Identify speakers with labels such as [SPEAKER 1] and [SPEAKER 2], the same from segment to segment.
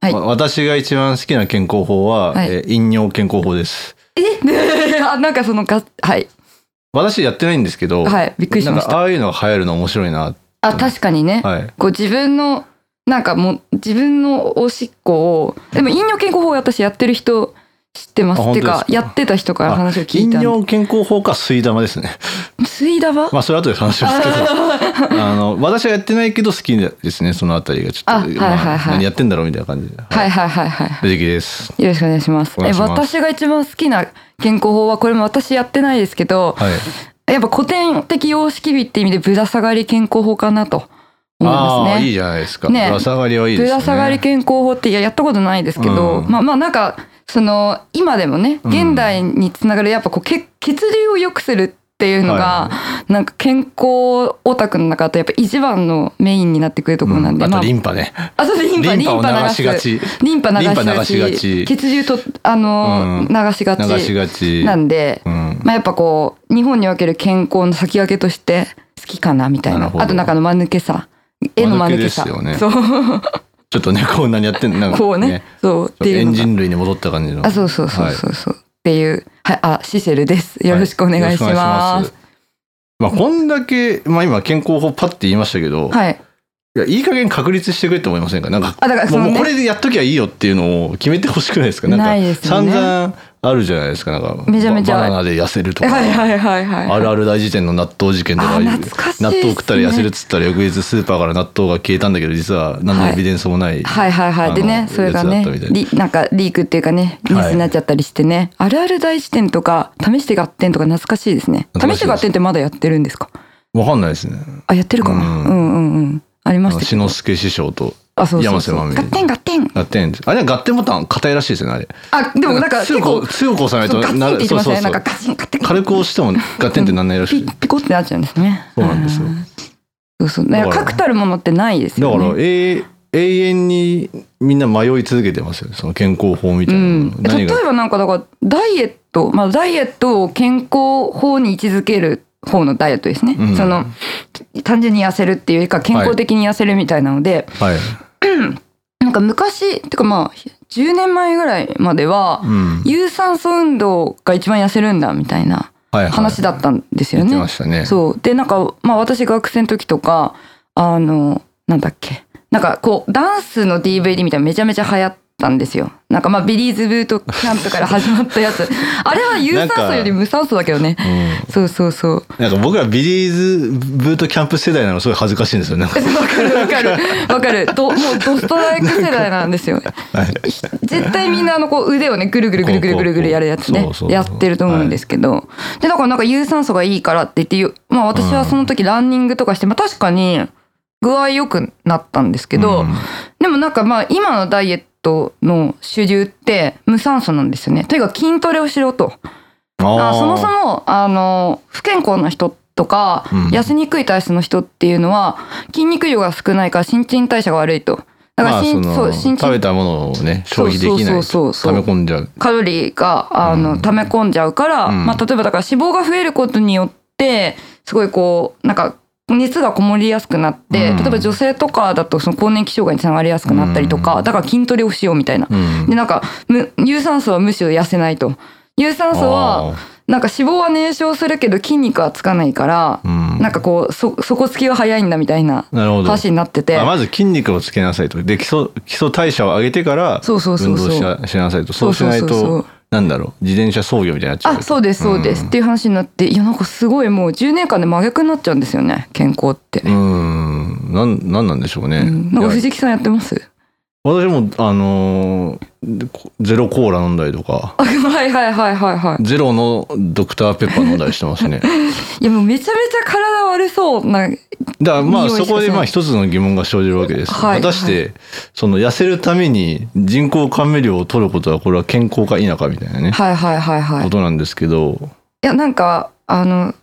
[SPEAKER 1] はい
[SPEAKER 2] わ私が一番好きな健康法は、
[SPEAKER 1] はい
[SPEAKER 2] えー飲尿健康法です。
[SPEAKER 1] え あなんかそのがはい
[SPEAKER 2] 私やってないんですけど、
[SPEAKER 1] はいびっくりし
[SPEAKER 2] なん
[SPEAKER 1] ま
[SPEAKER 2] か
[SPEAKER 1] した
[SPEAKER 2] ああいうのが流行るの面白いな。
[SPEAKER 1] あ確かにね、
[SPEAKER 2] はい。
[SPEAKER 1] こう自分のなんかもう自分のおしっこをでも飲尿健康法を私やってる人知ってます
[SPEAKER 2] あ
[SPEAKER 1] っていう
[SPEAKER 2] 本
[SPEAKER 1] か
[SPEAKER 2] 当です
[SPEAKER 1] や
[SPEAKER 2] か
[SPEAKER 1] ってた人から話を聞い
[SPEAKER 2] 飲
[SPEAKER 1] たんで
[SPEAKER 2] 尿健康法か水玉ですね。
[SPEAKER 1] 水だば
[SPEAKER 2] まあそれ後で話しますけ ど、あの私はやってないけど好きですね。そのあたりがちょっと、
[SPEAKER 1] あはいはいはい
[SPEAKER 2] まあ何やってんだろうみたいな感じで。
[SPEAKER 1] はい
[SPEAKER 2] い。
[SPEAKER 1] はいはいはい
[SPEAKER 2] 藤木です。
[SPEAKER 1] よろしくお願いします
[SPEAKER 2] お願いします
[SPEAKER 1] え私が一番好きな健康法はこれも私やってないですけど、
[SPEAKER 2] はい。
[SPEAKER 1] やっぱ古典的様式美って意味でぶら下がり健康法かなと思いますね
[SPEAKER 2] ああいいじゃないですか。
[SPEAKER 1] ね
[SPEAKER 2] ぶら下がりはいいで
[SPEAKER 1] ぶ
[SPEAKER 2] すね。
[SPEAKER 1] ら下がり健康法っていややったことないですけ
[SPEAKER 2] う
[SPEAKER 1] ど、
[SPEAKER 2] ん
[SPEAKER 1] まあまあなんかその今でもね
[SPEAKER 2] うん
[SPEAKER 1] 現代につながるやっぱこう血血流を良くするっていうのが、
[SPEAKER 2] は
[SPEAKER 1] なんか健康オタクの中だとやっぱ一番のメインになってくるところなんで、
[SPEAKER 2] うんあ
[SPEAKER 1] まあ
[SPEAKER 2] とリンパね。
[SPEAKER 1] あそうリンパ
[SPEAKER 2] リンパを流しがち。
[SPEAKER 1] リンパ流し
[SPEAKER 2] リンパ
[SPEAKER 1] が
[SPEAKER 2] 流
[SPEAKER 1] ち
[SPEAKER 2] しがち
[SPEAKER 1] 血流とあのー、流しが
[SPEAKER 2] 流し
[SPEAKER 1] ち
[SPEAKER 2] がち。
[SPEAKER 1] なんで、
[SPEAKER 2] うん。
[SPEAKER 1] まあやっぱこう日本における健康の先駆けとして好きかなみたい
[SPEAKER 2] な
[SPEAKER 1] な
[SPEAKER 2] るほど
[SPEAKER 1] あとなんかあの間抜けさ絵の間抜けさ
[SPEAKER 2] 間抜けです
[SPEAKER 1] そう
[SPEAKER 2] ちょっとねこんなにやってんなんか
[SPEAKER 1] こうね。そうってい
[SPEAKER 2] エ
[SPEAKER 1] うの
[SPEAKER 2] ン
[SPEAKER 1] が
[SPEAKER 2] ジン類に戻った感じの。
[SPEAKER 1] あそうそうそう
[SPEAKER 2] はい
[SPEAKER 1] そうそう、っていうはいあシセルですよろしくお願いし
[SPEAKER 2] はいよろくお願
[SPEAKER 1] ま
[SPEAKER 2] いし
[SPEAKER 1] す
[SPEAKER 2] まあこんだけまあ今健康法パッて言いましたけど、
[SPEAKER 1] はい、
[SPEAKER 2] いやいい加減確立してくれって思いませんか。なんか
[SPEAKER 1] あだからそ
[SPEAKER 2] も
[SPEAKER 1] の
[SPEAKER 2] うもうこ
[SPEAKER 1] ね
[SPEAKER 2] れでやっときゃいいよっていうのを決めてほしくないですか。なんか
[SPEAKER 1] ないですよね
[SPEAKER 2] 散々あるじゃないですか。なんか
[SPEAKER 1] めちゃめちゃ
[SPEAKER 2] ババナナで痩せるとか。
[SPEAKER 1] はいはいはいはい
[SPEAKER 2] あるある大事件の納豆事件とか
[SPEAKER 1] あ
[SPEAKER 2] いう
[SPEAKER 1] 懐かしい
[SPEAKER 2] 納
[SPEAKER 1] で
[SPEAKER 2] 豆
[SPEAKER 1] すね
[SPEAKER 2] 食ったら痩せるっつったら翌日スーパーから納豆が消えたんだけど実は何のエビデンスもない、
[SPEAKER 1] はいはいは
[SPEAKER 2] あ
[SPEAKER 1] い
[SPEAKER 2] の
[SPEAKER 1] でねそれ
[SPEAKER 2] や
[SPEAKER 1] がね
[SPEAKER 2] つだったみたいな
[SPEAKER 1] リなんかリークっていうかねニュースになっちゃったりしてね、あるある大辞典とか試して合点とか懐かしいですね
[SPEAKER 2] 懐
[SPEAKER 1] 試
[SPEAKER 2] かしい
[SPEAKER 1] して合点ってまだやってるんですか
[SPEAKER 2] わかんないですね
[SPEAKER 1] あやってるか
[SPEAKER 2] う
[SPEAKER 1] な、うんん、うんうんあり
[SPEAKER 2] あ
[SPEAKER 1] ま
[SPEAKER 2] の
[SPEAKER 1] した
[SPEAKER 2] 志の輔師匠と
[SPEAKER 1] あそうそうそう
[SPEAKER 2] 山瀬まみ
[SPEAKER 1] 合点合点
[SPEAKER 2] 合点あれは合点ボタン硬いらしいですよねあれ
[SPEAKER 1] あでもなんか結
[SPEAKER 2] 強
[SPEAKER 1] 構
[SPEAKER 2] く強く押さ
[SPEAKER 1] そ
[SPEAKER 2] ない
[SPEAKER 1] うガ
[SPEAKER 2] と
[SPEAKER 1] ツンって言ってますねなんかガツンガツン
[SPEAKER 2] 軽く押しても合点ってなんないらしい
[SPEAKER 1] ピピコってなっちゃうんですね。
[SPEAKER 2] そうなんですよ
[SPEAKER 1] あー。そうそう。だか
[SPEAKER 2] だ
[SPEAKER 1] ら
[SPEAKER 2] から
[SPEAKER 1] 確たるものってないです
[SPEAKER 2] だ
[SPEAKER 1] よ
[SPEAKER 2] か
[SPEAKER 1] ね。
[SPEAKER 2] ら、えー永遠にみんな迷い続けてますよねその健康法みた
[SPEAKER 1] う
[SPEAKER 2] いなの、
[SPEAKER 1] ん、例
[SPEAKER 2] 何
[SPEAKER 1] え
[SPEAKER 2] が
[SPEAKER 1] ばなんかだからダイエット、まあ、ダイエットを健康法に位置づける方のダイエットですね、
[SPEAKER 2] うん
[SPEAKER 1] その単純に痩せるっていうよりか健康的に痩せるみたいなので、
[SPEAKER 2] はい、
[SPEAKER 1] なんか昔てかまあ10年前ぐらいまでは、
[SPEAKER 2] うん、
[SPEAKER 1] 有酸素運動が一番痩せるんだみたいな
[SPEAKER 2] はいはい
[SPEAKER 1] 話だったんですよ
[SPEAKER 2] 言っ
[SPEAKER 1] ね。
[SPEAKER 2] てましたね
[SPEAKER 1] そうでなんかまあ私学生の時とかあのなんだっけなんかこうダンスの DVD みたいなのめちゃめちゃ流行ったんですよなんかまあビリーズブートキャンプから始まったやつあれは有酸素より無酸素だけどね
[SPEAKER 2] うん
[SPEAKER 1] そうそうそう
[SPEAKER 2] なんか僕らビリーズブートキャンプ世代なのすごい恥ずかしいんですよね。
[SPEAKER 1] わかるわかるわかるどもうドストライク世代なんですよ
[SPEAKER 2] はい
[SPEAKER 1] 絶対みんなあのこう腕をねぐるぐるぐるぐるぐるぐるやるや
[SPEAKER 2] こ
[SPEAKER 1] つね
[SPEAKER 2] うこうこう
[SPEAKER 1] やってると思うんですけど、でだからなんか有酸素がいいからって言ってよまあ私はその時ランニングとかして、まあ確かに具合良くなったんですけど、
[SPEAKER 2] うん
[SPEAKER 1] でもなんかまあ今のダイエットの主流って無酸素なんですよねとにかく筋トレをしろとあそもそもあの不健康な人とか、
[SPEAKER 2] うん
[SPEAKER 1] 痩せにくい体質の人っていうのは筋肉量が少ないから新陳代謝が悪いとだから
[SPEAKER 2] まあ
[SPEAKER 1] 新
[SPEAKER 2] その
[SPEAKER 1] そう新陳
[SPEAKER 2] 食べたものをね消費できな
[SPEAKER 1] そう
[SPEAKER 2] い
[SPEAKER 1] そうそうそ
[SPEAKER 2] 溜
[SPEAKER 1] う
[SPEAKER 2] め込んじゃう。
[SPEAKER 1] カロリーがあの、溜め込んじゃうから、
[SPEAKER 2] うん
[SPEAKER 1] まあ、例えばだから脂肪が増えることによってすごいこうなんか熱がこもりやすくなって、
[SPEAKER 2] うん
[SPEAKER 1] 例えば女性とかだとその更年期障害につながりやすくなったりとか、だから筋トレをしようみたいな。
[SPEAKER 2] うん
[SPEAKER 1] でなんかむ有酸素はむしろ痩せないと。有酸素はなんか脂肪は燃焼するけど筋肉はつかないから、
[SPEAKER 2] あーうん
[SPEAKER 1] なんかこうそ底つきが早いんだみたいな
[SPEAKER 2] なるほど。
[SPEAKER 1] 話になってて。
[SPEAKER 2] あまず筋肉をつけなさいとで基礎基礎代謝を上げてから
[SPEAKER 1] そうそうそう
[SPEAKER 2] 運
[SPEAKER 1] そう
[SPEAKER 2] 動しなしなさいとそうしない
[SPEAKER 1] そうそうそうそ
[SPEAKER 2] と
[SPEAKER 1] う
[SPEAKER 2] なんだろう自転車操業みたいになっちゃう
[SPEAKER 1] あそうですそうです、っていう話になっていやなんかすごいもう10年間で真逆になっちゃうんですよね健康って
[SPEAKER 2] う、んなんなんなんでしょうね、
[SPEAKER 1] うんなんか
[SPEAKER 2] いや
[SPEAKER 1] 藤木さんやってます
[SPEAKER 2] 私もあのーこゼロコーラ飲んだりとか
[SPEAKER 1] はいはいはいはいはい
[SPEAKER 2] ゼロのドクターペッパー飲んだりしてます ね
[SPEAKER 1] いやもうめちゃめちゃ体悪そうな
[SPEAKER 2] だからまあ
[SPEAKER 1] 匂いし
[SPEAKER 2] そ
[SPEAKER 1] か
[SPEAKER 2] こでまあ
[SPEAKER 1] せん
[SPEAKER 2] 一つの疑問が生じるわけです。
[SPEAKER 1] はい
[SPEAKER 2] 果たしてその痩せるために人工甘味料を取ることはこれは健康か否かみたいなね、
[SPEAKER 1] はいはいはいはい
[SPEAKER 2] こ
[SPEAKER 1] い
[SPEAKER 2] となんですけど、
[SPEAKER 1] やなんかあの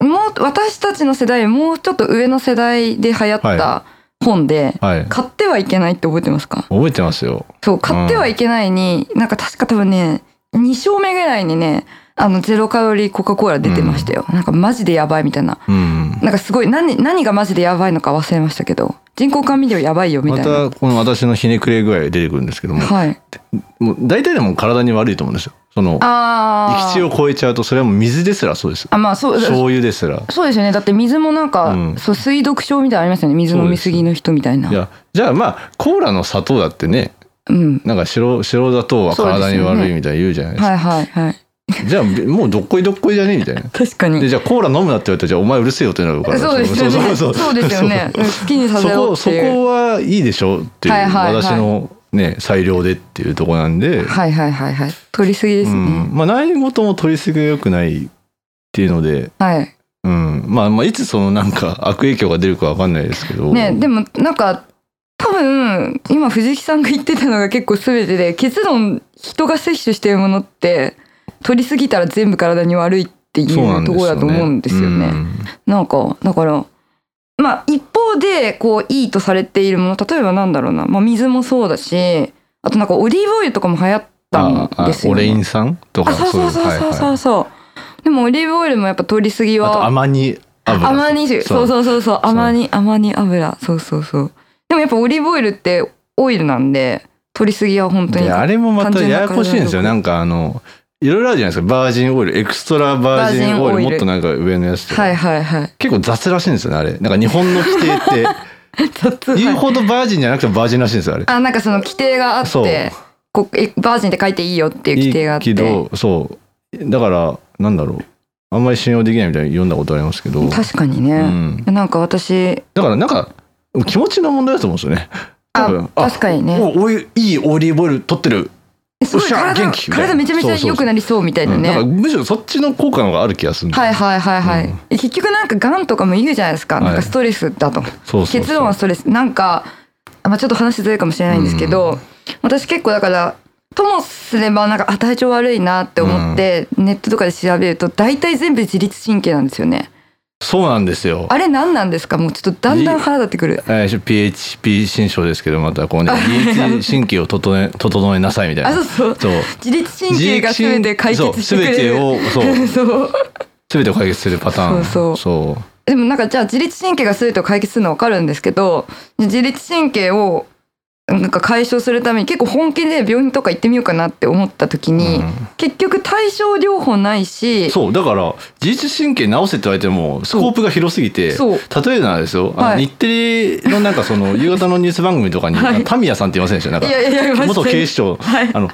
[SPEAKER 1] もう私たちの世代もうちょっと上の世代で流行った本で、
[SPEAKER 2] はい
[SPEAKER 1] 買ってはいけないって覚えてますか
[SPEAKER 2] 覚えてますよ。
[SPEAKER 1] そう買ってはいけないに、なんか確か多分ね2章目ぐらいにねあのゼロカロリーコカ・コーラ出てましたよ、なんかマジでやばいみたいな
[SPEAKER 2] うん。
[SPEAKER 1] なんかすごい何何がマジでやばいのか忘れましたけど人工甘味料やばいよみ
[SPEAKER 2] ま
[SPEAKER 1] たい
[SPEAKER 2] た
[SPEAKER 1] な、
[SPEAKER 2] この私のひねくれ具合が出てくるんですけども
[SPEAKER 1] はい
[SPEAKER 2] もう大体でも体に悪いと思うんですよその
[SPEAKER 1] あ
[SPEAKER 2] 閾地
[SPEAKER 1] あ
[SPEAKER 2] を超えちゃうとそれはもう水ですらそうです
[SPEAKER 1] あまあそう
[SPEAKER 2] 醤油ですら
[SPEAKER 1] そうですよねだって水もなんか、
[SPEAKER 2] うん
[SPEAKER 1] そう水毒症みたいなのありますよね水飲みすぎの人みたいない
[SPEAKER 2] やじゃあまあコーラの砂糖だってね
[SPEAKER 1] うん
[SPEAKER 2] なんか白白砂糖は体に悪いみたいな言うじゃないですか
[SPEAKER 1] はいはいはい
[SPEAKER 2] じゃあもうどっこいどっこいじゃねえみたいな
[SPEAKER 1] 確か
[SPEAKER 2] で
[SPEAKER 1] に
[SPEAKER 2] じゃあコーラ飲むなって言われたらじゃあお前うるせえよってなるから
[SPEAKER 1] そうですよね
[SPEAKER 2] そうそうそう
[SPEAKER 1] そうですよねうん好きにさ
[SPEAKER 2] そ
[SPEAKER 1] せよ
[SPEAKER 2] こ
[SPEAKER 1] うっ
[SPEAKER 2] そ
[SPEAKER 1] ていう
[SPEAKER 2] こはいいでしょっていう、
[SPEAKER 1] はいはいはい
[SPEAKER 2] 私のね裁量でっていうとこなんで、
[SPEAKER 1] はいはいはいはい取りすぎです
[SPEAKER 2] う
[SPEAKER 1] ね、
[SPEAKER 2] ん、まあ何事も取り過ぎが良くないっていうので、
[SPEAKER 1] はい
[SPEAKER 2] うん、まあまあいつそのなんか悪影響が出るかわかんないですけど、
[SPEAKER 1] ねでもなんか多分今藤木さんが言ってたのが結構全てで結論人が摂取してるものって取り過ぎたら全部体に悪いってい
[SPEAKER 2] そうな
[SPEAKER 1] うんと
[SPEAKER 2] ですよね
[SPEAKER 1] ころだと思うんですよね。な
[SPEAKER 2] うんん
[SPEAKER 1] かだからまあ一方でこういいとされているもの例えばなんだろうな、まあ、水もそうだしあとなんかオリーブオイルとかも流行ったん
[SPEAKER 2] ああ
[SPEAKER 1] ですよ、
[SPEAKER 2] オ
[SPEAKER 1] ね。
[SPEAKER 2] レイン酸と
[SPEAKER 1] あ
[SPEAKER 2] か
[SPEAKER 1] そうそうそうそうそうそう、でもオリーブオイルもやっぱ取り過ぎ
[SPEAKER 2] あ
[SPEAKER 1] は
[SPEAKER 2] と甘煮油
[SPEAKER 1] 甘煮汁そう
[SPEAKER 2] う
[SPEAKER 1] そうそうそう甘煮甘煮油そうそうそうでもやっぱオリーブオイルってオイルなんで取りすぎは本当に
[SPEAKER 2] であれもまたややこしいんですよ
[SPEAKER 1] 単純な体の毒
[SPEAKER 2] なんかあのいろいろあるじゃないですかバージンオイルエクストラバージンオイル
[SPEAKER 1] バージンオイル
[SPEAKER 2] もっとなんか上のやつとか、
[SPEAKER 1] はいはいはい
[SPEAKER 2] 結構雑らしいんですよねあれなんか日本の規定って
[SPEAKER 1] 雑
[SPEAKER 2] 言う
[SPEAKER 1] はい
[SPEAKER 2] ほどバージンじゃなくてもバージンらしいんですよあれ。
[SPEAKER 1] あなんかその規定があっ
[SPEAKER 2] そう
[SPEAKER 1] てこうえバージンって書いていいよっていう規定があって
[SPEAKER 2] いいけどそうだからなんだろうあんまり信用できないみたいに読んだことありますけど、
[SPEAKER 1] 確かに
[SPEAKER 2] う
[SPEAKER 1] ね、
[SPEAKER 2] ん、
[SPEAKER 1] なんか私
[SPEAKER 2] だからなんか気持ちの問題だと思うんですよね。多分
[SPEAKER 1] あ確かにね
[SPEAKER 2] おおいいいオリーブオイル取ってる、
[SPEAKER 1] すごい
[SPEAKER 2] よっしゃ
[SPEAKER 1] 体
[SPEAKER 2] 元気みたいな
[SPEAKER 1] 体めちゃめちゃ良くなりそうみたいな
[SPEAKER 2] うん
[SPEAKER 1] ね
[SPEAKER 2] なんかむしろそっちの効果の方がある気がするんだ
[SPEAKER 1] はいはいはいはい、
[SPEAKER 2] うん
[SPEAKER 1] 結局なんかがんとかも言うじゃないですか、
[SPEAKER 2] はい
[SPEAKER 1] なんかストレスだと
[SPEAKER 2] そうそうそう
[SPEAKER 1] 結論はストレスなんか、まあ、ちょっと話しづらいかもしれないんですけど、私結構だからともすればなんかあ体調悪いなって思って、ネットとかで調べると大体全部自律神経なんですよね
[SPEAKER 2] そうなんですよ。
[SPEAKER 1] あれ何なんですかもうちょっとだんだん腹立ってくる
[SPEAKER 2] えー PHP 新章ですけどまたこうね
[SPEAKER 1] あ
[SPEAKER 2] 自律神経を整 え整えなさいみたいな
[SPEAKER 1] あそうそう
[SPEAKER 2] そう
[SPEAKER 1] 自律神経が全て解決してくれる
[SPEAKER 2] そう全てを
[SPEAKER 1] そう
[SPEAKER 2] 全てを解決するパターン
[SPEAKER 1] そう
[SPEAKER 2] そう
[SPEAKER 1] でもなんかじゃあ自律神経が全てを解決するのは分かるんですけど自律神経をなんか解消するために結構本気で病院とか行ってみようかなって思った時に、
[SPEAKER 2] うん
[SPEAKER 1] 結局対症療法ないし
[SPEAKER 2] そうだから自律神経直せって言われてもスコープが広すぎて
[SPEAKER 1] そう
[SPEAKER 2] 例えばなんですよ、あの
[SPEAKER 1] はい
[SPEAKER 2] 日テレのなんかその夕方のニュース番組とかに、
[SPEAKER 1] はい
[SPEAKER 2] あのタミヤさんって言いませんでしたなんか
[SPEAKER 1] いやいやいやいました
[SPEAKER 2] 元警視庁、
[SPEAKER 1] はい
[SPEAKER 2] あの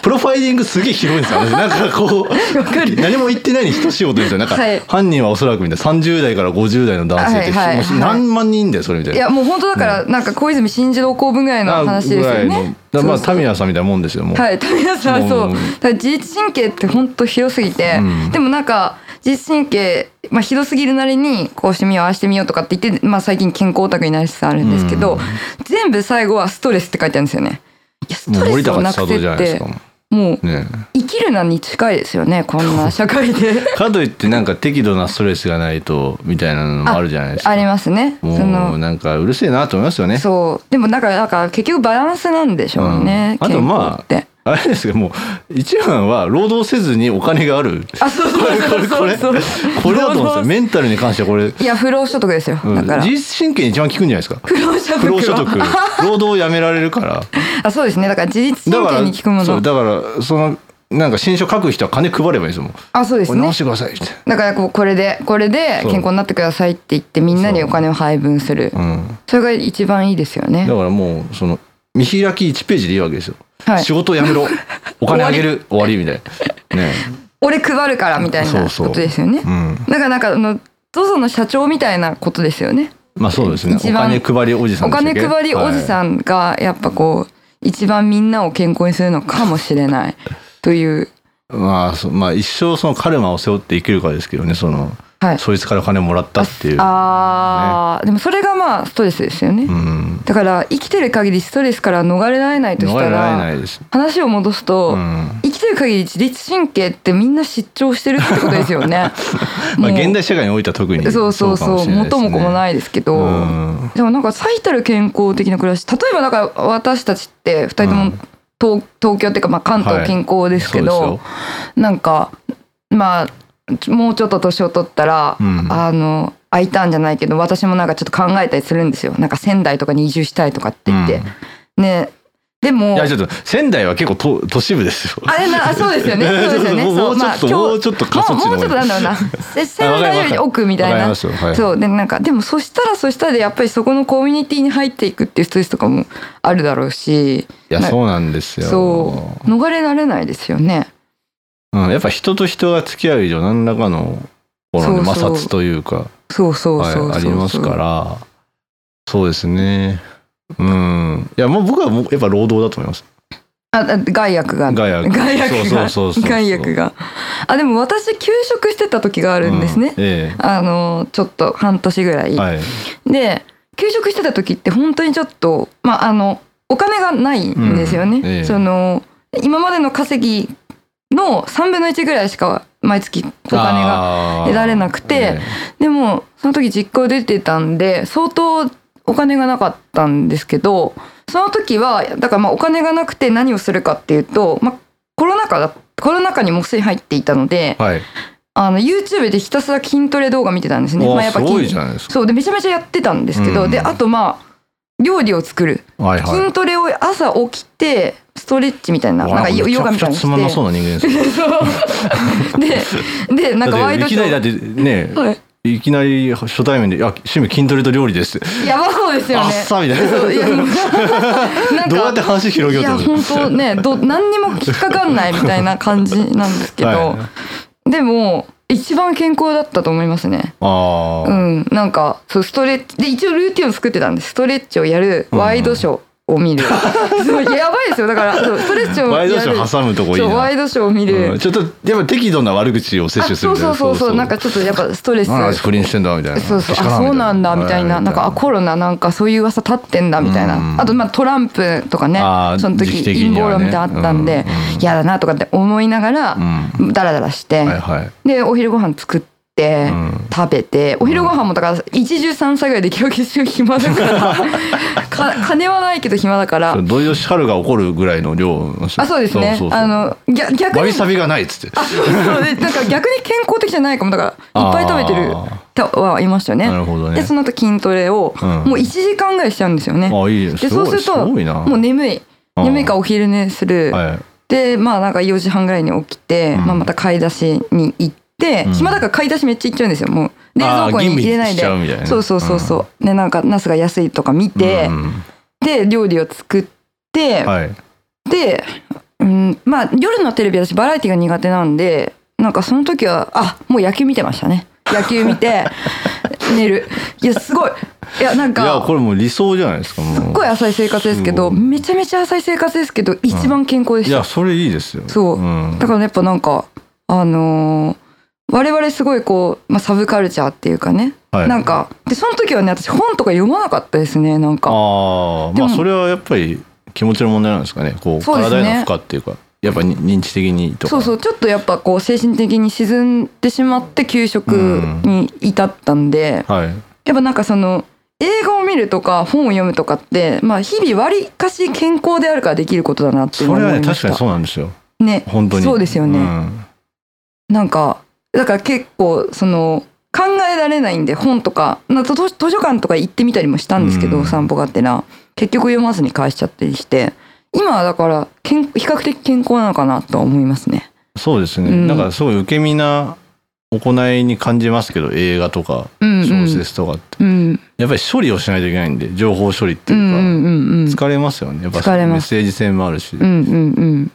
[SPEAKER 2] プロファイリングすげえ広いんです よねなんかこう
[SPEAKER 1] かる
[SPEAKER 2] 何も言ってないに等しいことですよなんか、
[SPEAKER 1] はい
[SPEAKER 2] 犯人はおそらくみたいな30代から50代の男性って、
[SPEAKER 1] はいはい
[SPEAKER 2] もう
[SPEAKER 1] はい
[SPEAKER 2] 何万人いんだよそれみたい
[SPEAKER 1] い
[SPEAKER 2] な。
[SPEAKER 1] やもう本当だからなんか小泉進次郎公文ぐらいの話です
[SPEAKER 2] ぐ
[SPEAKER 1] よ
[SPEAKER 2] らいの
[SPEAKER 1] ね。
[SPEAKER 2] だからまあ
[SPEAKER 1] そうそう
[SPEAKER 2] タミヤさんみたいなもんですよもう、
[SPEAKER 1] はい、富田さんはそう
[SPEAKER 2] うん
[SPEAKER 1] だから自律神経って本当広すぎて、
[SPEAKER 2] うん
[SPEAKER 1] でもなんか自律神経、まあ、広すぎるなりにこうしてみようああしてみようとかって言って、まあ、最近健康オタクになりつつあるんですけど、
[SPEAKER 2] うん
[SPEAKER 1] 全部最後はストレスって書いてあるんですよね。いやス
[SPEAKER 2] も
[SPEAKER 1] ト
[SPEAKER 2] う
[SPEAKER 1] レ
[SPEAKER 2] 森
[SPEAKER 1] スを
[SPEAKER 2] 高
[SPEAKER 1] な
[SPEAKER 2] 千
[SPEAKER 1] く
[SPEAKER 2] 里
[SPEAKER 1] せ
[SPEAKER 2] じゃ
[SPEAKER 1] っ
[SPEAKER 2] ないです
[SPEAKER 1] て
[SPEAKER 2] か
[SPEAKER 1] もう
[SPEAKER 2] ねえ
[SPEAKER 1] 生きるなに近いですよねこんな社 会で
[SPEAKER 2] かといってなんか適度なストレスがないとみたいなのもあるじゃないですか
[SPEAKER 1] ありますね。そ
[SPEAKER 2] もう
[SPEAKER 1] の
[SPEAKER 2] なんかうるせえなと思いますよね。
[SPEAKER 1] そうでもなんかなんか結局バランスなんでしょうね、
[SPEAKER 2] うんあとまあ
[SPEAKER 1] 健康って。
[SPEAKER 2] あれですけどもう一番は労働せずにお金がある。
[SPEAKER 1] あそうそう
[SPEAKER 2] こ
[SPEAKER 1] そう
[SPEAKER 2] れ
[SPEAKER 1] そ
[SPEAKER 2] こ
[SPEAKER 1] う
[SPEAKER 2] れ
[SPEAKER 1] そ
[SPEAKER 2] これ
[SPEAKER 1] う
[SPEAKER 2] これだと思うんですよ。メンタルに関してはこれ、
[SPEAKER 1] いや不労所得ですよ、
[SPEAKER 2] うん
[SPEAKER 1] だから
[SPEAKER 2] 自律神経に一番効くんじゃない ですか。
[SPEAKER 1] 不労所得は
[SPEAKER 2] 不労所得労働をやめられるから
[SPEAKER 1] あ そうですねだから自律
[SPEAKER 2] だ
[SPEAKER 1] 神
[SPEAKER 2] か
[SPEAKER 1] 経に効くも
[SPEAKER 2] らそう
[SPEAKER 1] の
[SPEAKER 2] だからそのなんか新書書く人は金配ればいいですもん。
[SPEAKER 1] あそうです
[SPEAKER 2] これ
[SPEAKER 1] ね
[SPEAKER 2] 直してくださいみたい
[SPEAKER 1] だからこうこれでこれで
[SPEAKER 2] そう
[SPEAKER 1] 健康になってくださいって言ってみんなにお金を配分する
[SPEAKER 2] な。うん。
[SPEAKER 1] それが一番いいですよね
[SPEAKER 2] だからもうその見開き1ページでいいわけですよ。
[SPEAKER 1] はい
[SPEAKER 2] 仕事やめろお金あげ る終わりみたいな。ね
[SPEAKER 1] 俺配るからみたいな
[SPEAKER 2] そう
[SPEAKER 1] こ
[SPEAKER 2] そう
[SPEAKER 1] とですよね
[SPEAKER 2] え。うん。
[SPEAKER 1] だからなんかあの ZOZO の社長みたいなことですよね
[SPEAKER 2] まあそうですね。お
[SPEAKER 1] 一番
[SPEAKER 2] 金配りおじさん
[SPEAKER 1] お
[SPEAKER 2] でしたっ
[SPEAKER 1] 金
[SPEAKER 2] け
[SPEAKER 1] 配りおじ
[SPEAKER 2] は
[SPEAKER 1] さんがやっぱこう一番みんなを健康にするのかもしれないという
[SPEAKER 2] いまあそまあ一生そのカルマを背負って生きるかですけどねその、
[SPEAKER 1] はい
[SPEAKER 2] そいつから金もらったっていう
[SPEAKER 1] あーでもそれがまあストレスですよね
[SPEAKER 2] うん
[SPEAKER 1] だから生きてる限りストレスから逃れられないとし
[SPEAKER 2] 逃
[SPEAKER 1] た
[SPEAKER 2] れられ
[SPEAKER 1] ら
[SPEAKER 2] ないです
[SPEAKER 1] 話を戻すと、
[SPEAKER 2] うん。
[SPEAKER 1] 生きてる限り自律神経ってみんな失調してるってことですよね
[SPEAKER 2] まあ
[SPEAKER 1] もう
[SPEAKER 2] 現代社会においては特に
[SPEAKER 1] そうそうそう
[SPEAKER 2] かもしれないです
[SPEAKER 1] 元
[SPEAKER 2] ね
[SPEAKER 1] も子もないですけど、
[SPEAKER 2] うん
[SPEAKER 1] でもなんか最たる健康的な暮らし例えばだから私たちって2人とも
[SPEAKER 2] うん
[SPEAKER 1] 東,、東京っていうかまあ関
[SPEAKER 2] は
[SPEAKER 1] 東
[SPEAKER 2] い
[SPEAKER 1] 健康ですけど、
[SPEAKER 2] そう
[SPEAKER 1] なんかまあもうちょっと年を取ったら、
[SPEAKER 2] うん
[SPEAKER 1] あの空いたんじゃないけど私もなんかちょっと考えたりするんですよなんか仙台とかに移住したいとかって言って、ねでも
[SPEAKER 2] いやちょっと仙台は結構と都市部ですよ。
[SPEAKER 1] あれなあそ うですよねそうですよね
[SPEAKER 2] もうも
[SPEAKER 1] そ
[SPEAKER 2] うちょ
[SPEAKER 1] まあ
[SPEAKER 2] っと、
[SPEAKER 1] 今日
[SPEAKER 2] もうちょっと過疎地
[SPEAKER 1] もうもう
[SPEAKER 2] の
[SPEAKER 1] ちょっとなんだろうなせ 仙台より奥みた
[SPEAKER 2] わ
[SPEAKER 1] い
[SPEAKER 2] かり
[SPEAKER 1] な
[SPEAKER 2] ますよはい
[SPEAKER 1] そうでなんかでもそしたらそしたらでやっぱりそこのコミュニティに入っていくっていうストレスとかもあるだろうし
[SPEAKER 2] いや
[SPEAKER 1] な
[SPEAKER 2] そうなんですよ。
[SPEAKER 1] そう逃れられないですよね
[SPEAKER 2] うん、やっぱ人と人が付き合う以上何らかのこのね
[SPEAKER 1] そうそう
[SPEAKER 2] 摩擦というか
[SPEAKER 1] そうそうそうそうそう、
[SPEAKER 2] はい、ありますからそうですねうんいやもう僕はもうやっぱ労働だと思います
[SPEAKER 1] ああ害悪が
[SPEAKER 2] 害悪
[SPEAKER 1] 害悪が
[SPEAKER 2] そうそうそうそう
[SPEAKER 1] 害悪があでも私休職してた時があ
[SPEAKER 2] あ
[SPEAKER 1] るんですね、
[SPEAKER 2] え
[SPEAKER 1] あのちょっと半年ぐらい、
[SPEAKER 2] えはい
[SPEAKER 1] で休職してた時って本当にちょっとまああのお金がないんですよね、
[SPEAKER 2] うんええ
[SPEAKER 1] その今までの稼ぎの3分の1ぐらいしか毎月お金が
[SPEAKER 2] が
[SPEAKER 1] 得られなくてでもその時実家を出てたんで相当お金がなかったんですけどその時はだからまあお金がなくて何をするかっていうと、まあ、コロナ禍だコロナ禍にもすでに入っていたので
[SPEAKER 2] はい
[SPEAKER 1] あの YouTube でひたすら筋トレ動画見てたんですね。
[SPEAKER 2] お
[SPEAKER 1] まあ、やっ
[SPEAKER 2] す
[SPEAKER 1] ぱ筋
[SPEAKER 2] ごいじゃないですか
[SPEAKER 1] そうでめちゃめちゃやってたんですけど、
[SPEAKER 2] うん
[SPEAKER 1] であとまあ料理を作る
[SPEAKER 2] はいはい
[SPEAKER 1] 筋トレを朝起きてストレッチみたいな,、
[SPEAKER 2] わ
[SPEAKER 1] なんかヨヨガみ
[SPEAKER 2] めちゃ
[SPEAKER 1] たいなの
[SPEAKER 2] くちゃつまんなそうな人間ですよ
[SPEAKER 1] してででなんか
[SPEAKER 2] だ
[SPEAKER 1] ワ
[SPEAKER 2] って
[SPEAKER 1] イ
[SPEAKER 2] い
[SPEAKER 1] ドシ
[SPEAKER 2] き
[SPEAKER 1] ョ
[SPEAKER 2] なりだっ
[SPEAKER 1] ー
[SPEAKER 2] てね
[SPEAKER 1] はい
[SPEAKER 2] いきなり初対面で「いや趣味筋トレと料理です」
[SPEAKER 1] やばそうですよね。
[SPEAKER 2] あっさ」みたいな
[SPEAKER 1] そういやなん
[SPEAKER 2] どうやって
[SPEAKER 1] か
[SPEAKER 2] 話広
[SPEAKER 1] い
[SPEAKER 2] げよ
[SPEAKER 1] や
[SPEAKER 2] うと思
[SPEAKER 1] 本
[SPEAKER 2] って
[SPEAKER 1] 当ねど何にも引っかかんないみたいな感じなんですけど、
[SPEAKER 2] はい
[SPEAKER 1] でも一番健康だったと思いますね。
[SPEAKER 2] あ
[SPEAKER 1] う
[SPEAKER 2] あ、
[SPEAKER 1] ん、なんかそうストレッチで一応ルーティンを作ってたんですストレッチをやる
[SPEAKER 2] うん
[SPEAKER 1] ワイドショー を見る、そうやばいですよだからそうストレッチをやる
[SPEAKER 2] ワイドショー挟むとこいい
[SPEAKER 1] そうワ
[SPEAKER 2] な
[SPEAKER 1] イドショーを見る、
[SPEAKER 2] うんちょっとやっぱ適度な悪口を摂
[SPEAKER 1] あ
[SPEAKER 2] 取す
[SPEAKER 1] そ
[SPEAKER 2] る
[SPEAKER 1] う
[SPEAKER 2] みたい
[SPEAKER 1] そうそうそうなんかちょっとやっぱストレス
[SPEAKER 2] なんか不倫してんだみたいな
[SPEAKER 1] そうそう
[SPEAKER 2] 確か
[SPEAKER 1] あそうなんだみたいななんかあ
[SPEAKER 2] あ
[SPEAKER 1] コロナなんかそういう噂立ってんだみたい
[SPEAKER 2] うん
[SPEAKER 1] なあとまあトランプとかね
[SPEAKER 2] あー
[SPEAKER 1] その時
[SPEAKER 2] 時期的
[SPEAKER 1] 陰
[SPEAKER 2] に
[SPEAKER 1] 謀
[SPEAKER 2] はね
[SPEAKER 1] 論みたいなのあったんで
[SPEAKER 2] うんうん
[SPEAKER 1] 嫌だなとかって思いながらダラダラして
[SPEAKER 2] はいはい
[SPEAKER 1] でお昼ご飯作って
[SPEAKER 2] うん
[SPEAKER 1] 食べてお昼ご飯もだから一汁三菜ぐらいできるわけですよ暇だからか金はないけど暇だから
[SPEAKER 2] それ土井善晴が怒るぐらいの量の人
[SPEAKER 1] あそうですね
[SPEAKER 2] そうそうそう
[SPEAKER 1] あの逆逆
[SPEAKER 2] わ
[SPEAKER 1] に
[SPEAKER 2] びさびがないっつって
[SPEAKER 1] あそうそうでなんか逆に健康的じゃないかもだからいっぱい食べてるとはいましたよね
[SPEAKER 2] なるほどね
[SPEAKER 1] でその後筋トレを
[SPEAKER 2] うん
[SPEAKER 1] もう1時間ぐらいしちゃうんですよね、
[SPEAKER 2] あいい
[SPEAKER 1] ですそう
[SPEAKER 2] ご
[SPEAKER 1] す
[SPEAKER 2] い
[SPEAKER 1] る
[SPEAKER 2] す
[SPEAKER 1] と
[SPEAKER 2] ごいな
[SPEAKER 1] もう眠い
[SPEAKER 2] うん
[SPEAKER 1] 眠いからお昼寝する、
[SPEAKER 2] はい
[SPEAKER 1] でまあなんか4時半ぐらいに起きて、
[SPEAKER 2] うん
[SPEAKER 1] まあ、また買い出しに行って、
[SPEAKER 2] うん
[SPEAKER 1] 暇だから買い出しめっちゃ行っちゃうんですよもう冷蔵庫に入れない
[SPEAKER 2] あー吟味し
[SPEAKER 1] で
[SPEAKER 2] ちゃうみたいな
[SPEAKER 1] そうそうそうそう、でなんかナスが安いとか見て、
[SPEAKER 2] うん
[SPEAKER 1] で料理を作って、
[SPEAKER 2] はい
[SPEAKER 1] で、うん、まあ夜のテレビ私バラエティが苦手なんでなんかその時はあもう野球見てましたね野球見 て寝るいやすごいいやなん
[SPEAKER 2] いや
[SPEAKER 1] か
[SPEAKER 2] これもう理想じゃないですかもう
[SPEAKER 1] すっごい浅い生活ですけど
[SPEAKER 2] すご
[SPEAKER 1] めちゃめちゃ浅い生活ですけど一番健康で
[SPEAKER 2] い
[SPEAKER 1] した、
[SPEAKER 2] やそれいいですよ
[SPEAKER 1] そうんだからやっぱなんかあのー我々すごいこう、まあ、サブカルチャーっていうかね、
[SPEAKER 2] はい
[SPEAKER 1] なんかでその時はね私本とか読まなかったですねなんか
[SPEAKER 2] ああ
[SPEAKER 1] で
[SPEAKER 2] ま
[SPEAKER 1] も
[SPEAKER 2] あそれはやっぱり気持ちの問題なんですかねこう
[SPEAKER 1] そうですね
[SPEAKER 2] 体への負荷っていうかやっぱに認知的にとか
[SPEAKER 1] そうそうちょっとやっぱこう精神的に沈んでしまって給食に至ったんで、
[SPEAKER 2] はい
[SPEAKER 1] やっぱなんかその映画を見るとか本を読むとかって、まあ、日々わりかし健康であるからできることだなって
[SPEAKER 2] そ
[SPEAKER 1] いうのを
[SPEAKER 2] れ
[SPEAKER 1] 思
[SPEAKER 2] はいね
[SPEAKER 1] ま
[SPEAKER 2] 確
[SPEAKER 1] した
[SPEAKER 2] かにそうなんですよ
[SPEAKER 1] ね
[SPEAKER 2] 本当に
[SPEAKER 1] そうですよね、
[SPEAKER 2] うん
[SPEAKER 1] なんかだから結構その考えられないんで本とかな図図書館とか行ってみたりもしたんですけど、
[SPEAKER 2] うん
[SPEAKER 1] 散歩がてら結局読まずに返しちゃったりして今はだから健比較的健康なのかなとは思いますね。
[SPEAKER 2] そうですね、
[SPEAKER 1] うん
[SPEAKER 2] なんかすごい受け身な行いに感じますけど映画とか
[SPEAKER 1] うんうん
[SPEAKER 2] 小説とかって、
[SPEAKER 1] うん
[SPEAKER 2] やっぱり処理をしないといけないんで情報処理って
[SPEAKER 1] うんう
[SPEAKER 2] いうか、
[SPEAKER 1] んうんうん
[SPEAKER 2] 疲れますよねやっぱ
[SPEAKER 1] 疲れ
[SPEAKER 2] メ
[SPEAKER 1] ま
[SPEAKER 2] ッ
[SPEAKER 1] す
[SPEAKER 2] セージ性もあるし、
[SPEAKER 1] うんうんうん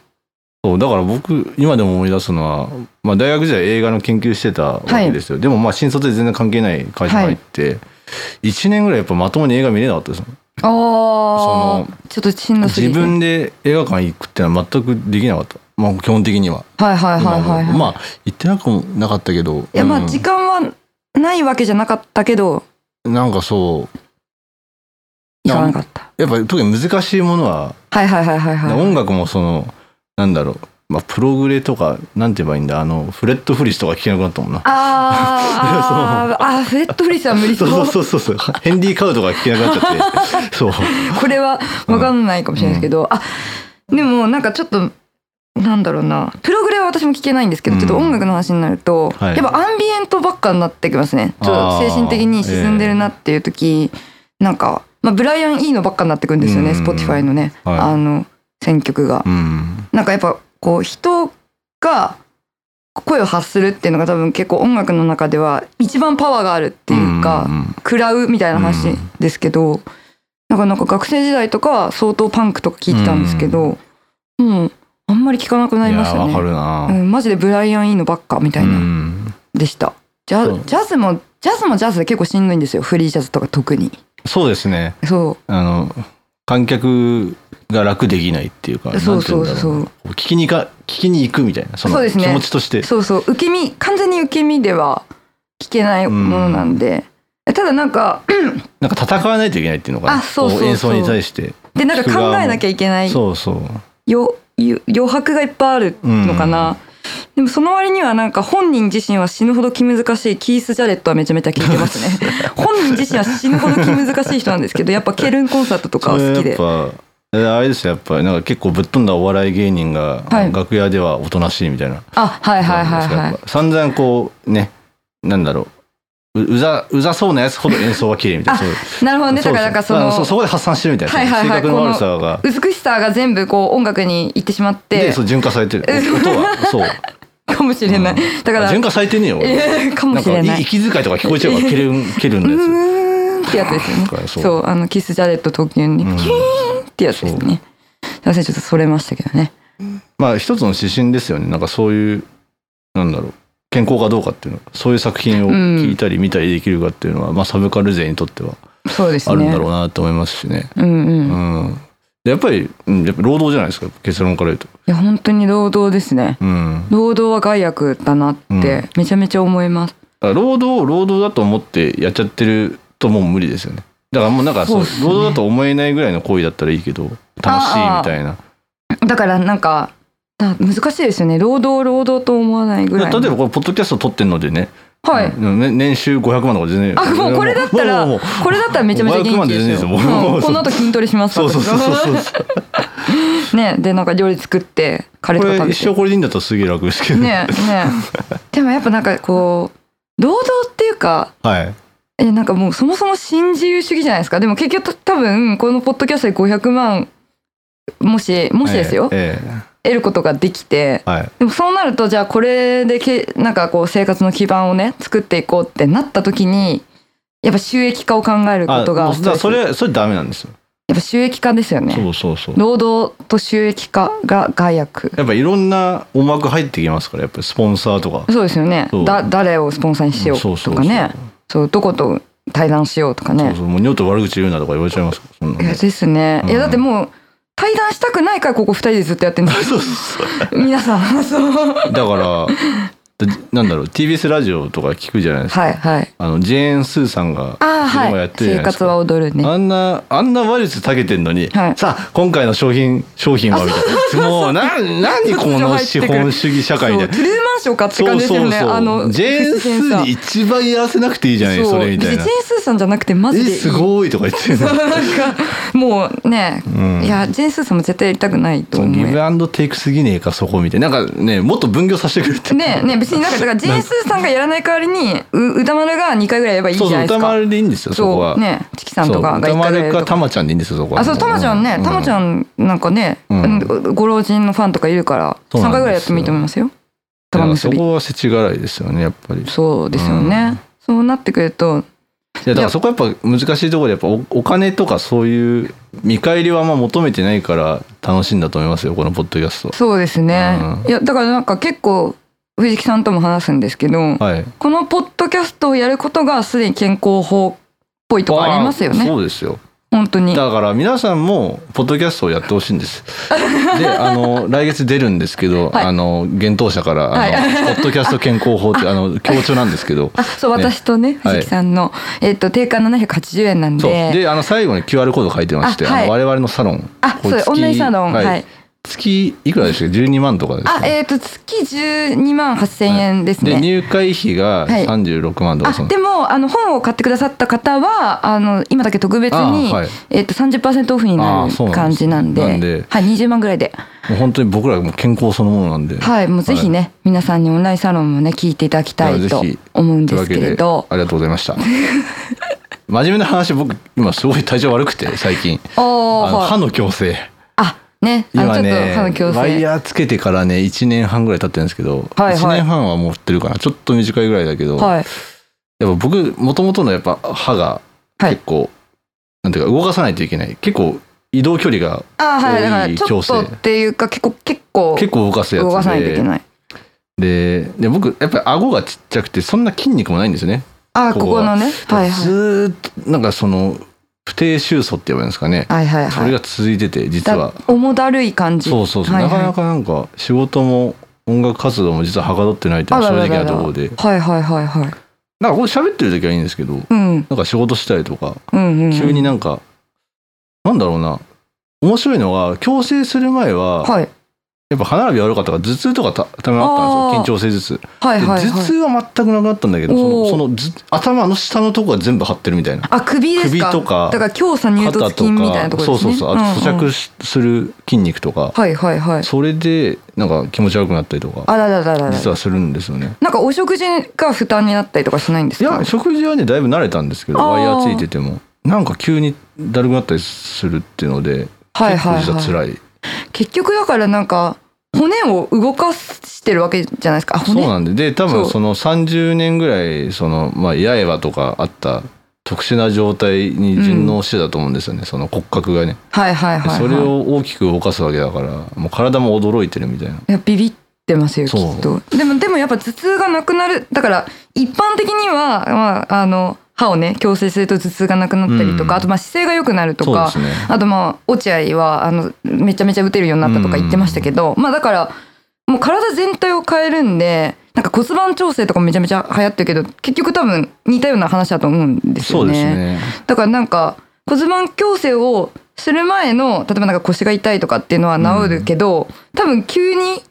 [SPEAKER 2] そうだから僕今でも思い出すのは、まあ、大学時代映画の研究してたわけですよ、でもまあ新卒で全然関係ない会社入って、一1年ぐらいやっぱまともに映画見れなかったですもん
[SPEAKER 1] ああちょっとしんどすぎ
[SPEAKER 2] 自
[SPEAKER 1] て
[SPEAKER 2] 分で映画館行くっていうのは全くできなかった、まあ、基本的には,
[SPEAKER 1] はいはい
[SPEAKER 2] 今
[SPEAKER 1] は
[SPEAKER 2] 思
[SPEAKER 1] い
[SPEAKER 2] うと、
[SPEAKER 1] はい、はい、
[SPEAKER 2] まあ行ってなくもなかったけど
[SPEAKER 1] いやま
[SPEAKER 2] う
[SPEAKER 1] あ
[SPEAKER 2] ん
[SPEAKER 1] 時間はないわけじゃなかったけど
[SPEAKER 2] なんかそう
[SPEAKER 1] 行かなかった
[SPEAKER 2] やっぱり特に難しいものは、
[SPEAKER 1] はいはいはいはいはい
[SPEAKER 2] 音楽もそのなんだろう、まあ、プログレとかなんて言えばいいんだあのフレットフリスとか聞けなくなったもんな。
[SPEAKER 1] あーあーフレットフリスは無理そ
[SPEAKER 2] そううそうそうそうそうヘンリー・カウとか聞けなくなっちゃ ってそう
[SPEAKER 1] これは分かんないかもしれないですけど、あでもなんかちょっとなんだろうなプログレは私も聞けないんですけど、
[SPEAKER 2] うん
[SPEAKER 1] ちょっと音楽の話になると、
[SPEAKER 2] はい
[SPEAKER 1] やっぱアンビエントばっかになってきますねちょっと精神的に沈んでるなっていう時、なんか、まあ、ブライアン・イーのばっかになってくるんですよね、
[SPEAKER 2] うん
[SPEAKER 1] Spotify のね、
[SPEAKER 2] はい
[SPEAKER 1] あの選曲が。
[SPEAKER 2] うん
[SPEAKER 1] なんかやっぱこう人が声を発するっていうのが多分結構音楽の中では一番パワーがあるっていうか、
[SPEAKER 2] ん
[SPEAKER 1] 食らうみたいな
[SPEAKER 2] う
[SPEAKER 1] 話
[SPEAKER 2] ん
[SPEAKER 1] ですけど、なんかなんか学生時代とかは相当パンクとか聞いてたんですけど、もうあんまり聞かなくなりまし
[SPEAKER 2] いや
[SPEAKER 1] た
[SPEAKER 2] わか
[SPEAKER 1] ね。
[SPEAKER 2] るな、
[SPEAKER 1] うん、マジでブライアン・イーのばっかみたいうなんでした。ジャ
[SPEAKER 2] そう
[SPEAKER 1] ジャズもジャズもジャズで結構しんどいんですよフリージャズとか特に。
[SPEAKER 2] そうですね
[SPEAKER 1] そ
[SPEAKER 2] あの観客が楽できないっていうか
[SPEAKER 1] そうそうそう
[SPEAKER 2] なんて言んだろう聞きにか聞きに行くみたいなそ
[SPEAKER 1] そう
[SPEAKER 2] の
[SPEAKER 1] です
[SPEAKER 2] 気
[SPEAKER 1] ね
[SPEAKER 2] 持ちとして
[SPEAKER 1] うそうそう受け身完全に受け身では聞けないものなんで、ただなんか
[SPEAKER 2] なんか戦わないといけないっていうのかな
[SPEAKER 1] あそうそうそう
[SPEAKER 2] こ演奏に対して
[SPEAKER 1] でなんか考えなきゃいけない
[SPEAKER 2] そうそう
[SPEAKER 1] よよ余白がいっぱいあるのかな、でもその割にはなんか本人自身は死ぬほど気難しいキース・ジャレットはめちゃめちゃ聴いて ますね本人自身は死ぬほど気難しい人なんですけどやっぱケルンコンサートとかは好きで
[SPEAKER 2] それやっぱえあれですよやっぱりなんか結構ぶっ飛んだお笑い芸人が、
[SPEAKER 1] はい
[SPEAKER 2] 楽屋ではおとなしいみたいな
[SPEAKER 1] あはいはいはいは
[SPEAKER 2] や
[SPEAKER 1] い
[SPEAKER 2] っぱ散々こうねなんだろうううざうざそうなやつほど演奏は綺麗みたいなそういう
[SPEAKER 1] なるほどねだからなんかそ
[SPEAKER 2] あ
[SPEAKER 1] の
[SPEAKER 2] そこで発散してるみたいな、
[SPEAKER 1] はいはいは
[SPEAKER 2] 性
[SPEAKER 1] い
[SPEAKER 2] 格の悪さが
[SPEAKER 1] 美しさが全部こう音楽に行ってしまっ
[SPEAKER 2] で
[SPEAKER 1] て
[SPEAKER 2] そう潤化されてる
[SPEAKER 1] うん
[SPEAKER 2] 音は そう
[SPEAKER 1] かもしれない、
[SPEAKER 2] う
[SPEAKER 1] だから
[SPEAKER 2] 潤化されてねえよ俺
[SPEAKER 1] えーかも
[SPEAKER 2] なん
[SPEAKER 1] し
[SPEAKER 2] か
[SPEAKER 1] れない
[SPEAKER 2] い息遣いとか聞こえちゃ うからケルンケルン
[SPEAKER 1] う
[SPEAKER 2] のやつ
[SPEAKER 1] ーんってやつですよね
[SPEAKER 2] だから
[SPEAKER 1] そ
[SPEAKER 2] そうう
[SPEAKER 1] あのキス・ジャレット特急に、
[SPEAKER 2] うん
[SPEAKER 1] キューンってやつですねすいませんちょっとそれましたけどね
[SPEAKER 2] まあ一つの指針ですよねなんかそういうなんだろう健康かどうかっていうのそういう作品を
[SPEAKER 1] うん
[SPEAKER 2] 聞いたり見たりできるかっていうのは、まあ、サブカル勢にとっては
[SPEAKER 1] そうです
[SPEAKER 2] あ
[SPEAKER 1] ね
[SPEAKER 2] るんだろうなと思いますしね。
[SPEAKER 1] うんうん、
[SPEAKER 2] う
[SPEAKER 1] い
[SPEAKER 2] ん、でやっぱり、うん、やっぱ労働じゃないですか結論から言うと。
[SPEAKER 1] や本当に労働ですね
[SPEAKER 2] うん、
[SPEAKER 1] 労働は害悪だなってめちゃめちゃ思います、
[SPEAKER 2] だから労働を労働だと思ってやっちゃってるともう無理ですよねだからもうなんかそう
[SPEAKER 1] そうっすね
[SPEAKER 2] 労働だと思えないぐらいの行為だったらいいけど楽しいみたいな
[SPEAKER 1] だからなんかだ難しいですよね労働労働と思わないぐらい
[SPEAKER 2] 例えばこれポッドキャスト撮ってんのでね,うん、
[SPEAKER 1] はい、
[SPEAKER 2] ね年収500万とか全然
[SPEAKER 1] あもうこれだったら
[SPEAKER 2] もうもうも
[SPEAKER 1] これだったらめちゃめちゃ
[SPEAKER 2] 500
[SPEAKER 1] 元
[SPEAKER 2] 万
[SPEAKER 1] 気
[SPEAKER 2] で
[SPEAKER 1] で
[SPEAKER 2] 全
[SPEAKER 1] す
[SPEAKER 2] 然
[SPEAKER 1] よ
[SPEAKER 2] いいですよもう
[SPEAKER 1] うんこの後筋トレしま
[SPEAKER 2] う
[SPEAKER 1] す
[SPEAKER 2] そうそうそう そうそう
[SPEAKER 1] ねでなんか料理作ってカレー
[SPEAKER 2] こと
[SPEAKER 1] か
[SPEAKER 2] れ
[SPEAKER 1] 食べ
[SPEAKER 2] 一
[SPEAKER 1] て
[SPEAKER 2] 生これでいいんだったらすげえ楽ですけど
[SPEAKER 1] ねえねえでもやっぱなんかこう労働っていうか
[SPEAKER 2] はい
[SPEAKER 1] えなんかもうそもそも新自由主義じゃないですかでも結局と多分このポッドキャストで500万もしもしですよ、
[SPEAKER 2] えええ
[SPEAKER 1] 得ることができて
[SPEAKER 2] えはい
[SPEAKER 1] でもそうなるとじゃあこれでけなんかこう生活の基盤をね作っていこうってなった時にやっぱ収益化を考えることが
[SPEAKER 2] もうだからそ
[SPEAKER 1] やっ
[SPEAKER 2] れそれダメなんですよ、
[SPEAKER 1] ぱ収益化ですよね
[SPEAKER 2] そうそうそう
[SPEAKER 1] 労働と収益化が害悪
[SPEAKER 2] やっぱいろんな思惑入ってきますからやっぱりスポンサーとか
[SPEAKER 1] そうですよね
[SPEAKER 2] そう
[SPEAKER 1] だ誰をスポンサーにしよう
[SPEAKER 2] そうそ
[SPEAKER 1] と
[SPEAKER 2] う
[SPEAKER 1] か
[SPEAKER 2] そう
[SPEAKER 1] ねそうどこと対談しようとかね
[SPEAKER 2] そうそうもう尿と悪口言うなとか言われちゃいますからそんなの
[SPEAKER 1] いやですね、
[SPEAKER 2] うん
[SPEAKER 1] いやだってもう対談したくないからここ2人でずっとやってるんです
[SPEAKER 2] そうそうそ
[SPEAKER 1] 皆さ んそう
[SPEAKER 2] うだからだなんだろう TBS ラジオとか聞くじゃないですか
[SPEAKER 1] はいはい
[SPEAKER 2] あのジェーン・スーさんが
[SPEAKER 1] ああ
[SPEAKER 2] 自分も
[SPEAKER 1] は
[SPEAKER 2] や
[SPEAKER 1] い
[SPEAKER 2] ってるじゃ
[SPEAKER 1] 生
[SPEAKER 2] ないです
[SPEAKER 1] 活
[SPEAKER 2] か、
[SPEAKER 1] は踊るね
[SPEAKER 2] あんなあんな話術たけてんのに、
[SPEAKER 1] はい
[SPEAKER 2] さあ今回の商品商品はみたいなもう な何この資本主義社会
[SPEAKER 1] そ
[SPEAKER 2] で
[SPEAKER 1] うトゥルーマンショーかって感じですよねあの
[SPEAKER 2] ジェーン・スーに一番やらせなくていいじゃないそ
[SPEAKER 1] そう
[SPEAKER 2] れみたい
[SPEAKER 1] 別
[SPEAKER 2] な
[SPEAKER 1] にジェーンスーさんじゃなくてマ
[SPEAKER 2] え
[SPEAKER 1] ジでいい
[SPEAKER 2] すごいとか言ってる
[SPEAKER 1] そうなんかもうね、
[SPEAKER 2] ん
[SPEAKER 1] いやジェーンスーさんも絶対やりたくないと
[SPEAKER 2] そ
[SPEAKER 1] 思
[SPEAKER 2] うギ
[SPEAKER 1] う
[SPEAKER 2] ブアンドテイクすぎねえかそこみたいななんかねもっと分業させてくれって
[SPEAKER 1] ねね別になんかだからジェーンスーさんがやらない代わりにう歌丸が2回ぐらいやればいいじ
[SPEAKER 2] そう
[SPEAKER 1] ゃ
[SPEAKER 2] そ
[SPEAKER 1] な
[SPEAKER 2] う
[SPEAKER 1] いで
[SPEAKER 2] 歌
[SPEAKER 1] すか
[SPEAKER 2] 丸でいいんですよそこは
[SPEAKER 1] そうねチキさんとかが
[SPEAKER 2] そう
[SPEAKER 1] 1
[SPEAKER 2] 歌
[SPEAKER 1] 回ぐらいや
[SPEAKER 2] 丸
[SPEAKER 1] る
[SPEAKER 2] か
[SPEAKER 1] と
[SPEAKER 2] たまちゃんでいいんですよそこは
[SPEAKER 1] あそうたまちゃんね
[SPEAKER 2] う
[SPEAKER 1] たまちゃんなんかね、
[SPEAKER 2] うん
[SPEAKER 1] うんご老人のファンとかいるから
[SPEAKER 2] そうなんですよ
[SPEAKER 1] 3回ぐらいやってもいいと思いますよ玉結
[SPEAKER 2] そ
[SPEAKER 1] び
[SPEAKER 2] こは世知辛いですよねやっぱりい
[SPEAKER 1] そうですよね、そうなってくると
[SPEAKER 2] やだからそこはやっぱ難しいところでやっぱおお金とかそういう見返りはあんま求めてないから楽しいんだと思いますよこのポッドキャスト
[SPEAKER 1] そうですね、
[SPEAKER 2] うん
[SPEAKER 1] いやだからなんか結構藤木さんとも話すんですけど、
[SPEAKER 2] はい
[SPEAKER 1] このポッドキャストをやることがすでに健康法っぽいとこありますよ
[SPEAKER 2] あー
[SPEAKER 1] ね
[SPEAKER 2] そうですよ
[SPEAKER 1] 本当に
[SPEAKER 2] だから皆さんもポッドキャストをやってほしいんです。 で、あの来月出るんですけど、
[SPEAKER 1] はい
[SPEAKER 2] あの厳冬者からあの、
[SPEAKER 1] はい
[SPEAKER 2] ポッドキャスト健康法ってあ の強調なんですけど。
[SPEAKER 1] あそう
[SPEAKER 2] ね
[SPEAKER 1] 私とね藤木さんの、えっと定価780円なん
[SPEAKER 2] そう。
[SPEAKER 1] で
[SPEAKER 2] で、あの最後に QR コード書いてまして、
[SPEAKER 1] あはい
[SPEAKER 2] あの我々のサロン。
[SPEAKER 1] あそう
[SPEAKER 2] こ
[SPEAKER 1] オンラインサロンはい
[SPEAKER 2] 月いくらでしたっけ12万とかですか、
[SPEAKER 1] あ、えっ、と、月12万8000円ですね。
[SPEAKER 2] で入会費が
[SPEAKER 1] はい
[SPEAKER 2] 36万とかそ
[SPEAKER 1] あ
[SPEAKER 2] の、
[SPEAKER 1] でもあの本を買ってくださった方はあの今だけ特別に、
[SPEAKER 2] あはい
[SPEAKER 1] えっと30%オフにな
[SPEAKER 2] あそう
[SPEAKER 1] る
[SPEAKER 2] なん
[SPEAKER 1] 感
[SPEAKER 2] です
[SPEAKER 1] じなんで
[SPEAKER 2] なんで
[SPEAKER 1] はい、20万ぐらいで、
[SPEAKER 2] もう本当に僕らもう健康そのものなんで。
[SPEAKER 1] はい、もうぜひね、皆さんにオンラインサロンもね聞いていただきたいと
[SPEAKER 2] ぜひ
[SPEAKER 1] 思うん
[SPEAKER 2] とい
[SPEAKER 1] で
[SPEAKER 2] うわ
[SPEAKER 1] す
[SPEAKER 2] け
[SPEAKER 1] け
[SPEAKER 2] で
[SPEAKER 1] れど
[SPEAKER 2] ありがとうございま した。真面目な話、僕、今すごい体調悪くて、最近。
[SPEAKER 1] おお
[SPEAKER 2] あの歯
[SPEAKER 1] あ
[SPEAKER 2] の矯正。
[SPEAKER 1] あねあの
[SPEAKER 2] 今
[SPEAKER 1] ちょっと
[SPEAKER 2] ね
[SPEAKER 1] 歯の矯
[SPEAKER 2] ワイ
[SPEAKER 1] 正
[SPEAKER 2] ヤーつけてからね1年半ぐらい経ってるんですけど、
[SPEAKER 1] はいはい
[SPEAKER 2] 1年半はもう振ってるかなちょっと短いぐらいだけど、
[SPEAKER 1] はい
[SPEAKER 2] やっぱ僕もともとのやっぱ歯が
[SPEAKER 1] はい
[SPEAKER 2] 結構、なんていうか動かさないといけない結構移動距離が
[SPEAKER 1] あはいだから
[SPEAKER 2] 多い
[SPEAKER 1] ちょっと
[SPEAKER 2] 矯正
[SPEAKER 1] っていうか結構結構
[SPEAKER 2] 結構動かすやつで
[SPEAKER 1] 動かさないといけない
[SPEAKER 2] でで僕やっぱり顎がちっちゃくてそんな筋肉もないんですよね。
[SPEAKER 1] あ
[SPEAKER 2] こ
[SPEAKER 1] こ
[SPEAKER 2] こ
[SPEAKER 1] このねはい
[SPEAKER 2] ず
[SPEAKER 1] は
[SPEAKER 2] ー
[SPEAKER 1] い
[SPEAKER 2] っとなんかその不定収束って呼ばれるんですかね、
[SPEAKER 1] はいはい
[SPEAKER 2] そ
[SPEAKER 1] は
[SPEAKER 2] れ
[SPEAKER 1] い
[SPEAKER 2] が続いてて実は
[SPEAKER 1] だ重だるい感じ
[SPEAKER 2] そうそうそう、
[SPEAKER 1] はいはい
[SPEAKER 2] なかなかなんか仕事も音楽活動も実ははかどってないっていう
[SPEAKER 1] あ
[SPEAKER 2] の
[SPEAKER 1] ら
[SPEAKER 2] は正直
[SPEAKER 1] らら
[SPEAKER 2] な
[SPEAKER 1] ら
[SPEAKER 2] ところで
[SPEAKER 1] はいはいはいはい
[SPEAKER 2] なんかこう喋ってる時はいいんですけど
[SPEAKER 1] うん
[SPEAKER 2] なんか仕事したりとか
[SPEAKER 1] うんうん
[SPEAKER 2] 急になんか、なんだろうな面白いのが矯正する前は、
[SPEAKER 1] はい
[SPEAKER 2] やっぱ歯並び悪かったから頭痛とかたためらったんですよ
[SPEAKER 1] あー
[SPEAKER 2] 緊張性頭痛、
[SPEAKER 1] はい
[SPEAKER 2] で
[SPEAKER 1] はいはい
[SPEAKER 2] 頭痛は全くなくなったんだけどその
[SPEAKER 1] おー
[SPEAKER 2] そのず頭の下のとこが全部張ってるみたいな
[SPEAKER 1] あ首ですか
[SPEAKER 2] 首とか
[SPEAKER 1] だから強さ乳
[SPEAKER 2] 肩
[SPEAKER 1] 突
[SPEAKER 2] と
[SPEAKER 1] 筋みたいな
[SPEAKER 2] か
[SPEAKER 1] ところ
[SPEAKER 2] そう
[SPEAKER 1] です
[SPEAKER 2] そ
[SPEAKER 1] ね
[SPEAKER 2] うそうあと
[SPEAKER 1] ん
[SPEAKER 2] 咀
[SPEAKER 1] ん
[SPEAKER 2] 嚼しする筋肉とか、
[SPEAKER 1] はいはいはい
[SPEAKER 2] それでなんか気持ち悪くなったりとか
[SPEAKER 1] あららららら
[SPEAKER 2] 実はするんですよね
[SPEAKER 1] なんかお食事が負担になったりとかしないんです
[SPEAKER 2] い
[SPEAKER 1] か
[SPEAKER 2] や食事はねだいぶ慣れたんですけど
[SPEAKER 1] あー
[SPEAKER 2] ワイヤーついててもなんか急にだるくなったりするっていうので、
[SPEAKER 1] はいはいはい
[SPEAKER 2] 結構実は辛い
[SPEAKER 1] 結局だからなんか骨を動かしてるわけじゃないですかあ
[SPEAKER 2] そう
[SPEAKER 1] 骨
[SPEAKER 2] なんでで多
[SPEAKER 1] そ
[SPEAKER 2] 分
[SPEAKER 1] う
[SPEAKER 2] その30年ぐらいその、まあ、八重歯とかあった特殊な状態に順応してたと思うんですよね、その骨格がね、
[SPEAKER 1] はいはいはい、はい、
[SPEAKER 2] それを大きく動かすわけだからもう体も驚いてるみたいない
[SPEAKER 1] やビビってますよき
[SPEAKER 2] そう
[SPEAKER 1] っとでもでもやっぱ頭痛がなくなるだから一般的には、まあ、あの歯をね矯正すると頭痛がなくなったりとか、
[SPEAKER 2] うん
[SPEAKER 1] あとまあ姿勢が良くなると
[SPEAKER 2] そうで
[SPEAKER 1] か、
[SPEAKER 2] すね
[SPEAKER 1] あとまあ落合はあのめちゃめちゃ打てるようになったとか言ってましたけど、まあだからもう体全体を変えるんでなんか骨盤調整とかめちゃめちゃ流行ってるけど結局多分似たような話だと思うんです
[SPEAKER 2] そ
[SPEAKER 1] よ
[SPEAKER 2] う
[SPEAKER 1] ね。
[SPEAKER 2] ですね
[SPEAKER 1] だからなんか骨盤矯正をする前の例えばなんか腰が痛いとかっていうのは治るけど、多分急に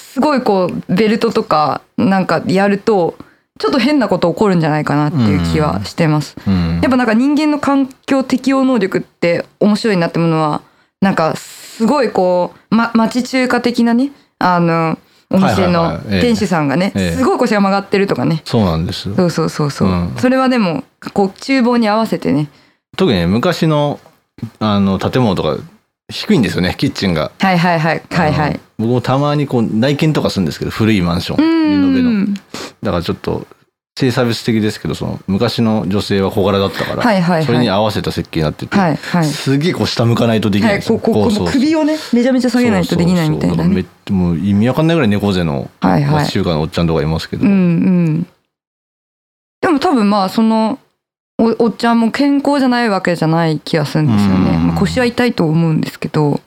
[SPEAKER 1] すごいこうベルトとかなんかやるとちょっと変なこと起こるんじゃないかなっていう気はしてます。
[SPEAKER 2] うん
[SPEAKER 1] やっぱなんか人間の環境適応能力って面白いなってものはなんかすごいこう、ま、町中華的なねあのお店
[SPEAKER 2] はいはい
[SPEAKER 1] の
[SPEAKER 2] はいええ
[SPEAKER 1] 店主さんがね、
[SPEAKER 2] ええ
[SPEAKER 1] すごい腰が曲がってるとかね、
[SPEAKER 2] そうなんですよ
[SPEAKER 1] そうそうそうそう、
[SPEAKER 2] うん
[SPEAKER 1] それはでもこう厨房に合わせてね
[SPEAKER 2] 特にね昔のあの建物とか低いんですよねキッチンが
[SPEAKER 1] はいはいはいはいは
[SPEAKER 2] あの
[SPEAKER 1] い。
[SPEAKER 2] 僕もたまにこう内見とかするんですけど古いマンション
[SPEAKER 1] う
[SPEAKER 2] リノベの
[SPEAKER 1] ん。
[SPEAKER 2] だからちょっと性差別的ですけどその昔の女性は小柄だったから、
[SPEAKER 1] はいはいはい
[SPEAKER 2] それに合わせた設計になってて、
[SPEAKER 1] はいはい。
[SPEAKER 2] すげえこう下向かないとできな
[SPEAKER 1] はい
[SPEAKER 2] ん
[SPEAKER 1] い、
[SPEAKER 2] ですよ
[SPEAKER 1] こうこうこう
[SPEAKER 2] そうそう
[SPEAKER 1] 首をねめちゃめちゃ下げないとできないみたいな
[SPEAKER 2] そうそうそうだからめ
[SPEAKER 1] ね。
[SPEAKER 2] っもう意味わかんないぐらい猫背の
[SPEAKER 1] はいはい
[SPEAKER 2] 町。中華のおっちゃんとかいますけど、
[SPEAKER 1] うんうん。でも多分まあそのおおっちゃんも健康じゃないわけじゃない気がするんですよね。
[SPEAKER 2] うん
[SPEAKER 1] まあ、腰は痛いと思うんですけど。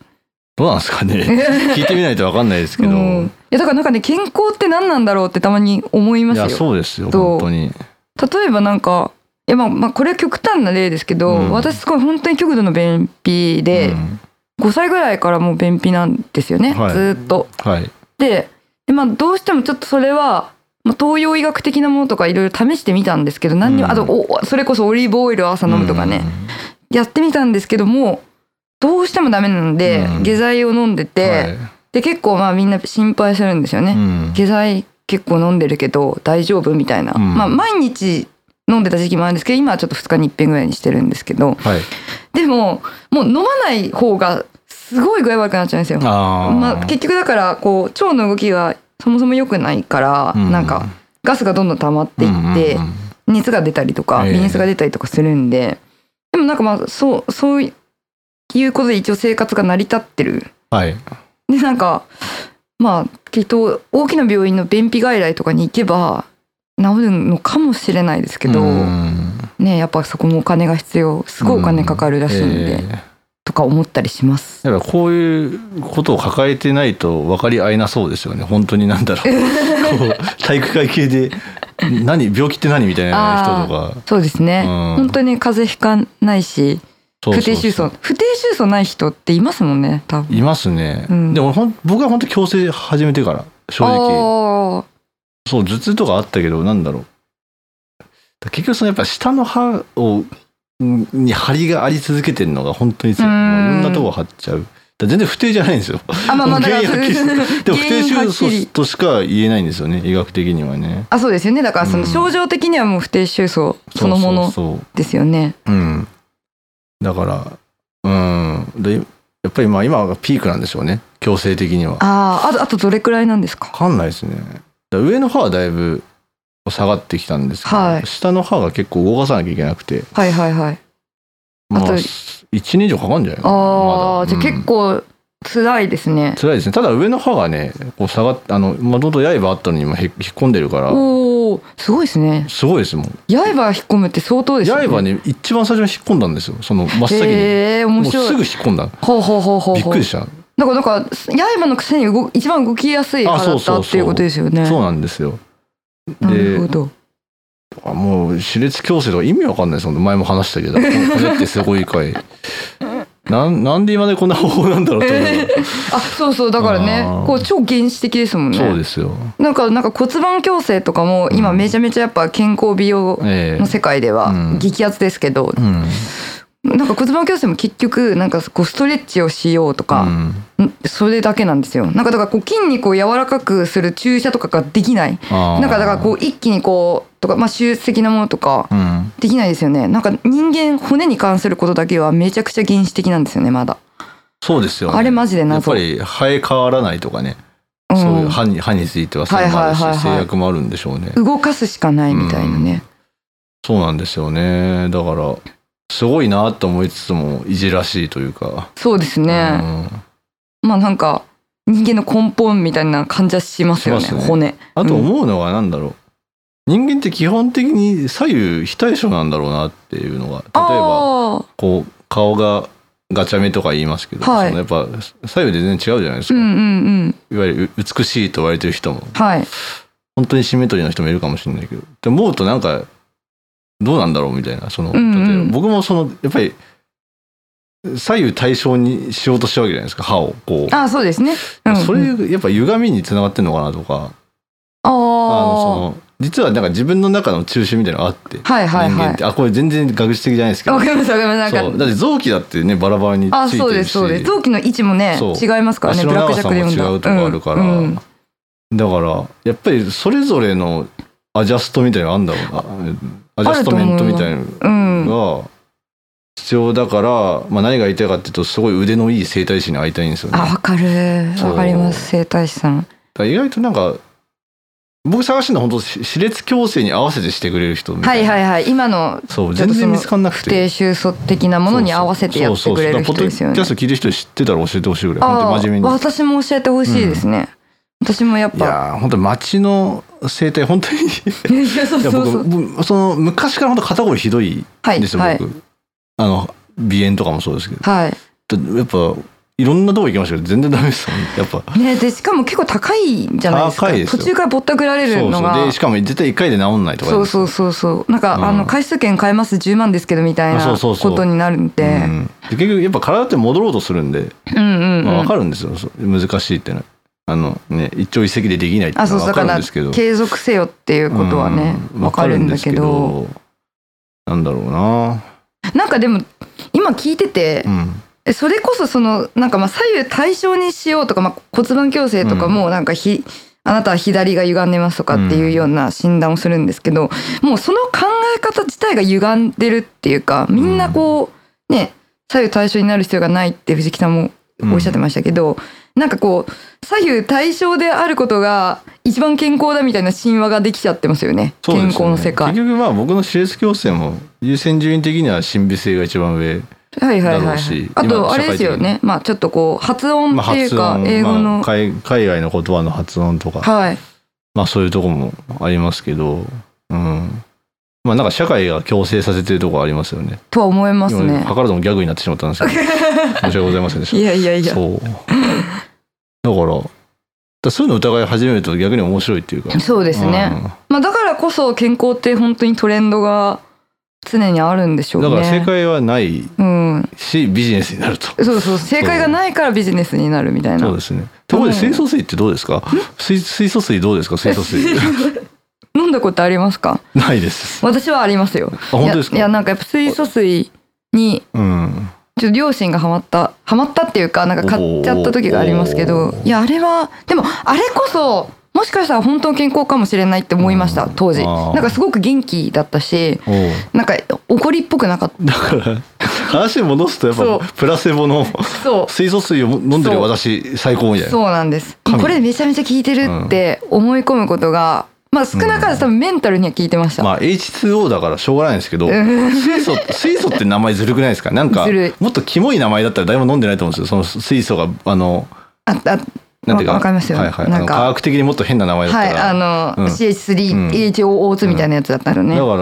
[SPEAKER 2] どうなんですかね 聞いてみないとわかんないですけど、
[SPEAKER 1] うん、いやだからなんかね健康って何なんだろうってたまに思いま
[SPEAKER 2] い
[SPEAKER 1] す
[SPEAKER 2] や
[SPEAKER 1] よ。
[SPEAKER 2] そうですよ
[SPEAKER 1] ど
[SPEAKER 2] 本
[SPEAKER 1] う
[SPEAKER 2] 当に
[SPEAKER 1] 例えばなんかいやまあまあこれは極端な例ですけど、
[SPEAKER 2] うん
[SPEAKER 1] 私すごい本当に極度の便秘で、
[SPEAKER 2] うん
[SPEAKER 1] 5歳ぐらいからもう便秘なんですよね、
[SPEAKER 2] はい
[SPEAKER 1] ずーっと。
[SPEAKER 2] はい
[SPEAKER 1] で、でまあ、どうしてもちょっとそれは、まあ、東洋医学的なものとかいろいろ試してみたんですけど何に
[SPEAKER 2] う
[SPEAKER 1] も、
[SPEAKER 2] ん
[SPEAKER 1] あとおそれこそオリーブオイルを朝飲むとかね、
[SPEAKER 2] うん
[SPEAKER 1] やってみたんですけどもどうしてもダメなので、
[SPEAKER 2] うん
[SPEAKER 1] 下剤を飲んでて、
[SPEAKER 2] はい
[SPEAKER 1] で結構まあみんな心配するんですよね。
[SPEAKER 2] うん
[SPEAKER 1] 下剤結構飲んでるけど大丈夫みたいな、
[SPEAKER 2] うん
[SPEAKER 1] まあ毎日飲んでた時期もあるんですけど今はちょっと2日に1遍ぐらいにしてるんですけど
[SPEAKER 2] はい
[SPEAKER 1] でももう飲まない方がすごい具合悪くなっちゃうんですよ。
[SPEAKER 2] あー
[SPEAKER 1] まあ、結局だからこう腸の動きがそもそも良くないから、
[SPEAKER 2] うん
[SPEAKER 1] なんかガスがどんどん溜まっていって、
[SPEAKER 2] うんうんうん
[SPEAKER 1] 熱が出たりとか
[SPEAKER 2] ええ
[SPEAKER 1] 微熱が出たりとかするんで、でもなんかまあそうそういうことで一応生活が成り立ってる
[SPEAKER 2] はい
[SPEAKER 1] でなんかまあきっと大きな病院の便秘外来とかに行けば治るのかもしれないですけど、
[SPEAKER 2] うん
[SPEAKER 1] ねやっぱそこもお金が必要すごいお金かかるらしいんで、
[SPEAKER 2] ええ
[SPEAKER 1] とか思ったりします。
[SPEAKER 2] やっぱこういうことを抱えてないと分かり合えなそうですよね本当になんだろ うこう体育会系で何病気って何みたいな人とか
[SPEAKER 1] そうですね、
[SPEAKER 2] うん
[SPEAKER 1] 本当に風邪ひかないし
[SPEAKER 2] そう
[SPEAKER 1] 不
[SPEAKER 2] そう
[SPEAKER 1] 定
[SPEAKER 2] そう
[SPEAKER 1] 収穫不定収穫ない人っていますもんね多分
[SPEAKER 2] いますね、
[SPEAKER 1] うん
[SPEAKER 2] でもほん僕は本当矯正始めてから正直
[SPEAKER 1] あー
[SPEAKER 2] そう頭痛とかあったけどなんだろうだ結局そのやっぱ下の歯をんに張りがあり続けてるのが本当につらいもういろんなとこ張っちゃうだから全然不定じゃないんですよ
[SPEAKER 1] あまあまあだから
[SPEAKER 2] 原因は消す でも不定手
[SPEAKER 1] 原因はっきり
[SPEAKER 2] 術としか言えないんですよね医学的にはね
[SPEAKER 1] あそうですよねだからその
[SPEAKER 2] うん
[SPEAKER 1] 症状的にはもう不定収穫そのも
[SPEAKER 2] そ
[SPEAKER 1] の
[SPEAKER 2] うそうそう
[SPEAKER 1] ですよね。
[SPEAKER 2] うん、だからうんでやっぱりまあ今がピークなんでしょうね強制的には
[SPEAKER 1] あああとあとどれくらいなんですか
[SPEAKER 2] わかんないですねだから上の歯はだいぶ下がってきたんですけど、
[SPEAKER 1] はい
[SPEAKER 2] 下の歯が結構動かさなきゃいけなくて
[SPEAKER 1] はいはいはい。
[SPEAKER 2] まあ
[SPEAKER 1] あと
[SPEAKER 2] 1年以上かかるんじゃないかな
[SPEAKER 1] ああ、じゃあ
[SPEAKER 2] うん
[SPEAKER 1] 結構辛いですね。
[SPEAKER 2] 辛いですねただ上の歯がねこう下がっあのもともと刃あったのに今へ引っ込んでるから
[SPEAKER 1] おおすごいですね。
[SPEAKER 2] すごいですもん
[SPEAKER 1] 刃引っ込むって相当ですよね。
[SPEAKER 2] 刃ね一番最初に引っ込んだんですよその真っ先に、
[SPEAKER 1] へえ
[SPEAKER 2] も
[SPEAKER 1] 面
[SPEAKER 2] うす
[SPEAKER 1] 白
[SPEAKER 2] ぐ
[SPEAKER 1] い。
[SPEAKER 2] 引っ込んだ
[SPEAKER 1] ほうほうほうほう
[SPEAKER 2] びっ
[SPEAKER 1] ほう
[SPEAKER 2] くりした
[SPEAKER 1] なんかなんか刃のくせに動一番動きやすい
[SPEAKER 2] あ
[SPEAKER 1] 歯だ
[SPEAKER 2] そう
[SPEAKER 1] っ
[SPEAKER 2] そうそ
[SPEAKER 1] た
[SPEAKER 2] う
[SPEAKER 1] っていうことですよね。
[SPEAKER 2] そうなんですよ
[SPEAKER 1] なる
[SPEAKER 2] で
[SPEAKER 1] ほど。
[SPEAKER 2] あもう歯列矯正とか意味わかんないですもん前も話 したけどこれってすごいかいなんなんで今までこんな方法なんだろうと思う、
[SPEAKER 1] あそうそうだからね
[SPEAKER 2] あー
[SPEAKER 1] こう超原始的ですもんね。
[SPEAKER 2] そうですよ
[SPEAKER 1] なんかなんか骨盤矯正とかも今
[SPEAKER 2] うん
[SPEAKER 1] めちゃめちゃやっぱ健康美容
[SPEAKER 2] ええ
[SPEAKER 1] の世界で
[SPEAKER 2] う
[SPEAKER 1] は
[SPEAKER 2] ん
[SPEAKER 1] 激アツですけど、
[SPEAKER 2] うん
[SPEAKER 1] なんか骨盤矯正も結局なんかこうストレッチをしようと
[SPEAKER 2] う
[SPEAKER 1] か、
[SPEAKER 2] ん
[SPEAKER 1] んそれだけなんですよ。なんかだからこう筋肉を柔らかくする注射とかができない。
[SPEAKER 2] あー
[SPEAKER 1] なんかだからこう一気にこうとかまあ集積なものとか
[SPEAKER 2] うん
[SPEAKER 1] できないですよね。なんか人間骨に関することだけはめちゃくちゃ原始的なんですよねまだ。
[SPEAKER 2] そうですよ、ね、
[SPEAKER 1] あれマジで
[SPEAKER 2] やっ
[SPEAKER 1] 謎
[SPEAKER 2] ぱり生え変わらないとかね、
[SPEAKER 1] うん
[SPEAKER 2] そういう歯に歯についてはそれもあるし、
[SPEAKER 1] はいはいはいはい
[SPEAKER 2] 制約もあるんでしょうね
[SPEAKER 1] 動かすしかないみたいなね。
[SPEAKER 2] そうなんですよねだからすごいなと思いつつもいじらしいというか
[SPEAKER 1] そうですね。
[SPEAKER 2] うん
[SPEAKER 1] まあなんか人間の根本みたいな感じはしますよね
[SPEAKER 2] しますね
[SPEAKER 1] 骨
[SPEAKER 2] あと思うのはなんだろう、人間って基本的に左右非対称なんだろうなっていうのが例えば
[SPEAKER 1] あ
[SPEAKER 2] こう顔がガチャメとか言いますけど、
[SPEAKER 1] はい
[SPEAKER 2] そのやっぱ左右で全然違うじゃないです
[SPEAKER 1] ーう
[SPEAKER 2] か、
[SPEAKER 1] んうんうん
[SPEAKER 2] いわゆる美しいと言われてる人も
[SPEAKER 1] はい
[SPEAKER 2] 本当にシンメトリーの人もいるかもしれないけどって思うとなんかどうなんだろうみたいなその、
[SPEAKER 1] うんうん
[SPEAKER 2] 例えば僕もそのやっぱり左右対称にしようとしちゃうわけじゃないですか歯をこう。
[SPEAKER 1] あーそうですね、うんうん、
[SPEAKER 2] それやっぱ歪みにつながってんのかなとか
[SPEAKER 1] あ
[SPEAKER 2] あのそ
[SPEAKER 1] あ
[SPEAKER 2] の実はなんか自分の中の中心みたいなのがあって
[SPEAKER 1] はいはい
[SPEAKER 2] 人
[SPEAKER 1] は
[SPEAKER 2] 間って
[SPEAKER 1] い
[SPEAKER 2] あこれ全然学術的じゃないですけど
[SPEAKER 1] わかりますわかりますな
[SPEAKER 2] そ
[SPEAKER 1] ん
[SPEAKER 2] う
[SPEAKER 1] か
[SPEAKER 2] だって臓器だってねバラバラにつ
[SPEAKER 1] あ
[SPEAKER 2] い
[SPEAKER 1] そう
[SPEAKER 2] て
[SPEAKER 1] で
[SPEAKER 2] る
[SPEAKER 1] す
[SPEAKER 2] し
[SPEAKER 1] そうです臓器の位置もね
[SPEAKER 2] そう
[SPEAKER 1] 違いますからね
[SPEAKER 2] 足の
[SPEAKER 1] ブラッ
[SPEAKER 2] 長
[SPEAKER 1] クジャッ
[SPEAKER 2] さ
[SPEAKER 1] ク
[SPEAKER 2] も
[SPEAKER 1] で読
[SPEAKER 2] 違
[SPEAKER 1] んだ
[SPEAKER 2] うとこあるから、
[SPEAKER 1] うんうん
[SPEAKER 2] だからやっぱりそれぞれのアジャストみたいなのあんだろうなアジャストメントみたいな
[SPEAKER 1] うん
[SPEAKER 2] のが必要だから、まあ、何が言いたいかっていうとすごい腕のいい整体師に会いたいんですよね
[SPEAKER 1] あ
[SPEAKER 2] だか
[SPEAKER 1] わかる
[SPEAKER 2] そう
[SPEAKER 1] わかります整体師さん
[SPEAKER 2] ら意外となんか僕探してるのは本当し歯列矯正に合わせてしてくれる人みた
[SPEAKER 1] はいい
[SPEAKER 2] な
[SPEAKER 1] はいはい今の
[SPEAKER 2] そう
[SPEAKER 1] ちょ
[SPEAKER 2] 全
[SPEAKER 1] っとそ
[SPEAKER 2] 然
[SPEAKER 1] の
[SPEAKER 2] 見つかんなく
[SPEAKER 1] 不
[SPEAKER 2] て
[SPEAKER 1] 定収束的なものに合わせてやってくれ
[SPEAKER 2] そうそうそうだか
[SPEAKER 1] る人ですよね
[SPEAKER 2] らポッドキャスト聞いてる人知ってたら教えてほしいぐらい。
[SPEAKER 1] あ
[SPEAKER 2] 本当に真面目
[SPEAKER 1] ー
[SPEAKER 2] に。
[SPEAKER 1] 私も教えてほしいですね、私もやっ
[SPEAKER 2] い
[SPEAKER 1] ぱ
[SPEAKER 2] やー本当に街の生態本当にい
[SPEAKER 1] い やいやそう
[SPEAKER 2] や
[SPEAKER 1] そうそう
[SPEAKER 2] 僕僕その昔から本当肩こりひどい
[SPEAKER 1] はい
[SPEAKER 2] んですよ、
[SPEAKER 1] はい
[SPEAKER 2] 僕あの鼻炎とかもそうですけ
[SPEAKER 1] はい
[SPEAKER 2] どやっぱいろんなとこ行きましたけど全然ダメですもんやっぱ
[SPEAKER 1] ねでしかも結構高いんじゃないですか
[SPEAKER 2] 高いですよ
[SPEAKER 1] 途中からぼったくられ
[SPEAKER 2] そ
[SPEAKER 1] る
[SPEAKER 2] う
[SPEAKER 1] のが
[SPEAKER 2] そうでしかも絶対一回で治んないとか
[SPEAKER 1] そうそうそうそうなんか、
[SPEAKER 2] うん
[SPEAKER 1] あの回数券買えます10万ですけどみたい
[SPEAKER 2] あ
[SPEAKER 1] な
[SPEAKER 2] そうそうそう
[SPEAKER 1] ことになるん
[SPEAKER 2] う
[SPEAKER 1] で
[SPEAKER 2] んで結局やっぱ体って戻ろうとするんで、
[SPEAKER 1] うんうんうん、
[SPEAKER 2] まあ、分かるんですよ、そう難しいってねあのね一朝一夕でできないってい
[SPEAKER 1] あ
[SPEAKER 2] う
[SPEAKER 1] そ
[SPEAKER 2] の
[SPEAKER 1] うそ
[SPEAKER 2] は
[SPEAKER 1] う
[SPEAKER 2] 分かるん
[SPEAKER 1] だから
[SPEAKER 2] ですけど
[SPEAKER 1] 継続せよっていうことはね
[SPEAKER 2] うん
[SPEAKER 1] わかるんだけど
[SPEAKER 2] わかるんですけどなんだろうな
[SPEAKER 1] なんかでも今聞いてて
[SPEAKER 2] う、ん
[SPEAKER 1] えそれこそそのなんかまあ左右対称にしようとか、まあ、骨盤矯正とかもなんかひ、あなたは左が歪んでますとかっていうような診断をするんですけど、もうその考え方自体が歪んでるっていうかみんなこう、ね左右対称になる必要がないって藤木さんもおっしゃってましたけど、なんかこう左右対称であることが一番健康だみたいな神話ができちゃってますよね
[SPEAKER 2] そうです
[SPEAKER 1] 健
[SPEAKER 2] ね
[SPEAKER 1] 康の世界。
[SPEAKER 2] 結局まあ僕の歯列矯正も優先順位的には神秘性が一番上
[SPEAKER 1] はいはい
[SPEAKER 2] だろ
[SPEAKER 1] は
[SPEAKER 2] う
[SPEAKER 1] い
[SPEAKER 2] し。
[SPEAKER 1] あ
[SPEAKER 2] 今の
[SPEAKER 1] とあ
[SPEAKER 2] 社
[SPEAKER 1] れ
[SPEAKER 2] 会的
[SPEAKER 1] です
[SPEAKER 2] に
[SPEAKER 1] よねまあちょっとこう発音
[SPEAKER 2] まあ
[SPEAKER 1] っていう
[SPEAKER 2] 発
[SPEAKER 1] か
[SPEAKER 2] 音、
[SPEAKER 1] 英語
[SPEAKER 2] ま
[SPEAKER 1] の
[SPEAKER 2] あ、海海外の言葉の発音とか
[SPEAKER 1] はい。
[SPEAKER 2] まあそういうとこもありますけどうんまあなんか社会が強制させてるとこありますよね
[SPEAKER 1] とは思います
[SPEAKER 2] 今
[SPEAKER 1] ね。
[SPEAKER 2] 図らずもギャグになってしまったんです けど申し訳ございませんでした
[SPEAKER 1] いやいやいや。
[SPEAKER 2] そう。だから、だからそういうの疑い始めると逆に面白いっていうか。
[SPEAKER 1] そうですね。まあだからこそ健康って本当にトレンドが常にあるんでしょ
[SPEAKER 2] う。
[SPEAKER 1] うんね。
[SPEAKER 2] だから正解はない
[SPEAKER 1] うんうん
[SPEAKER 2] しビジネスになると。
[SPEAKER 1] そうそう正解がないからビジネスになるみたいな
[SPEAKER 2] そうですね。ところで水素水ってどうですか？水水素水どうですか？水素水
[SPEAKER 1] 飲んだことありますか
[SPEAKER 2] ないです。
[SPEAKER 1] 私はありますよ
[SPEAKER 2] あ本当ですか
[SPEAKER 1] いやいやなんかやっぱ水素水に
[SPEAKER 2] うん。
[SPEAKER 1] ちょっと両親がハマったハマったっていうかなんか買っちゃった時がありますけ
[SPEAKER 2] お
[SPEAKER 1] ど
[SPEAKER 2] ー
[SPEAKER 1] いやあれはでもあれこそもしかしたら本当の健康かもしれないって思いまし
[SPEAKER 2] う
[SPEAKER 1] た
[SPEAKER 2] ん
[SPEAKER 1] 当時
[SPEAKER 2] あー
[SPEAKER 1] なんかすごく元気だったし
[SPEAKER 2] おう
[SPEAKER 1] なんか怒りっぽくなかっ
[SPEAKER 2] だから話戻すとやっ
[SPEAKER 1] そう
[SPEAKER 2] ぱプラセボの
[SPEAKER 1] たそう
[SPEAKER 2] 水素水を飲んでる私最高みたいな。
[SPEAKER 1] そうなんです
[SPEAKER 2] 神
[SPEAKER 1] これめちゃめちゃ効いてるって思い込むことがまあ少なからず多分メンタルには効いてました、
[SPEAKER 2] まあ H2O だからしょうがないんですけど、
[SPEAKER 1] うん
[SPEAKER 2] 水素水素って名前ずるくないですか？なんか
[SPEAKER 1] ずる
[SPEAKER 2] もっとキモい名前だったら誰も飲んでないと思うんですよ。その水素があの
[SPEAKER 1] ああ
[SPEAKER 2] なんていうか
[SPEAKER 1] わわかりますよ
[SPEAKER 2] はいはい、
[SPEAKER 1] なん
[SPEAKER 2] あの
[SPEAKER 1] か
[SPEAKER 2] 科学的にもっと変な名前だっ
[SPEAKER 1] は
[SPEAKER 2] た
[SPEAKER 1] い
[SPEAKER 2] ら、
[SPEAKER 1] あの、
[SPEAKER 2] うん
[SPEAKER 1] CH3、
[SPEAKER 2] うん
[SPEAKER 1] HOO2 みたいなやつだったのね、
[SPEAKER 2] だから、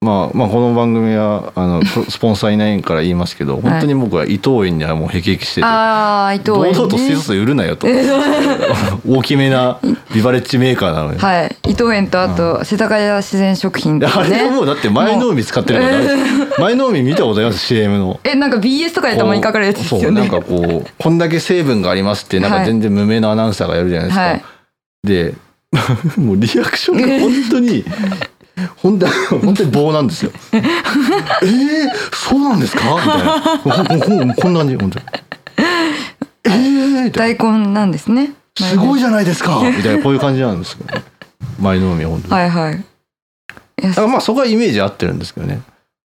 [SPEAKER 2] まあ、まあこの番組はあ のススポンサーいないから言いますけど本当に僕は伊藤園にはもう辟易してて、
[SPEAKER 1] ああ伊藤
[SPEAKER 2] 堂々と水
[SPEAKER 1] 園
[SPEAKER 2] 素水
[SPEAKER 1] ね
[SPEAKER 2] 売るなよと 大きめなビバレッジメーカーなのに、
[SPEAKER 1] はい伊藤園とあと世田谷自然食品と
[SPEAKER 2] あ
[SPEAKER 1] か
[SPEAKER 2] れはも
[SPEAKER 1] ね
[SPEAKER 2] うだって前の海使ってるのから前の海見たことあります CM の。
[SPEAKER 1] えなんか BS とかでたまにかかるやつです
[SPEAKER 2] そ
[SPEAKER 1] よ
[SPEAKER 2] う
[SPEAKER 1] ね
[SPEAKER 2] なんかこうこんだけ成分がありますってなん
[SPEAKER 1] は
[SPEAKER 2] か
[SPEAKER 1] い
[SPEAKER 2] 全然無名のアナウンサーがやるじゃないですか、
[SPEAKER 1] はい
[SPEAKER 2] でもうリアクションが本当に本当本当に棒なん ですよ。えー、そうなんですかみたいなここここんな感じ本当に。えーみたい
[SPEAKER 1] 大根なんですね
[SPEAKER 2] な、すごい
[SPEAKER 1] い
[SPEAKER 2] じゃないですかみたいなこういう感じなんですけどね。前の海は本当に。
[SPEAKER 1] はいはいいや
[SPEAKER 2] だからまあそこはイメージ合ってるんですけどね。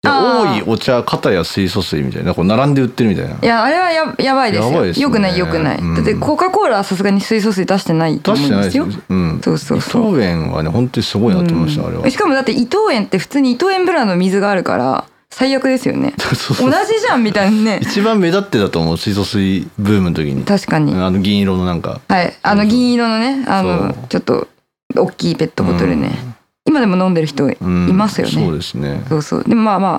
[SPEAKER 2] で
[SPEAKER 1] あ
[SPEAKER 2] 多
[SPEAKER 1] ー。
[SPEAKER 2] いお茶片や水素水みたいなこう並んで売ってるみたいない
[SPEAKER 1] やあれはややばいです
[SPEAKER 2] や
[SPEAKER 1] よ
[SPEAKER 2] ばいですね
[SPEAKER 1] よくないよくない、
[SPEAKER 2] うん
[SPEAKER 1] だってコカ・コーラはさすがに水素水出してないと
[SPEAKER 2] 出し
[SPEAKER 1] 思う
[SPEAKER 2] て
[SPEAKER 1] ん
[SPEAKER 2] ないです
[SPEAKER 1] で
[SPEAKER 2] す
[SPEAKER 1] よ
[SPEAKER 2] よ。うん。
[SPEAKER 1] そうそうそう
[SPEAKER 2] 答弁はね本当にすごいなと思いました、あれは
[SPEAKER 1] うん。しかもだって伊藤園って普通に伊藤園ブランドの水があるから最悪ですよね
[SPEAKER 2] そうそ
[SPEAKER 1] 同
[SPEAKER 2] う
[SPEAKER 1] じじゃんみたいな ね
[SPEAKER 2] 一番目立ってたと思う水素水ブームの時に
[SPEAKER 1] 確かに
[SPEAKER 2] あの銀色のなんか
[SPEAKER 1] はい、あの銀色のね、あの
[SPEAKER 2] そう
[SPEAKER 1] ちょっと大きいペットボトルね。今でも飲んでる人い
[SPEAKER 2] うん
[SPEAKER 1] ますよね。
[SPEAKER 2] そうですね
[SPEAKER 1] そうそうでもまあまあ、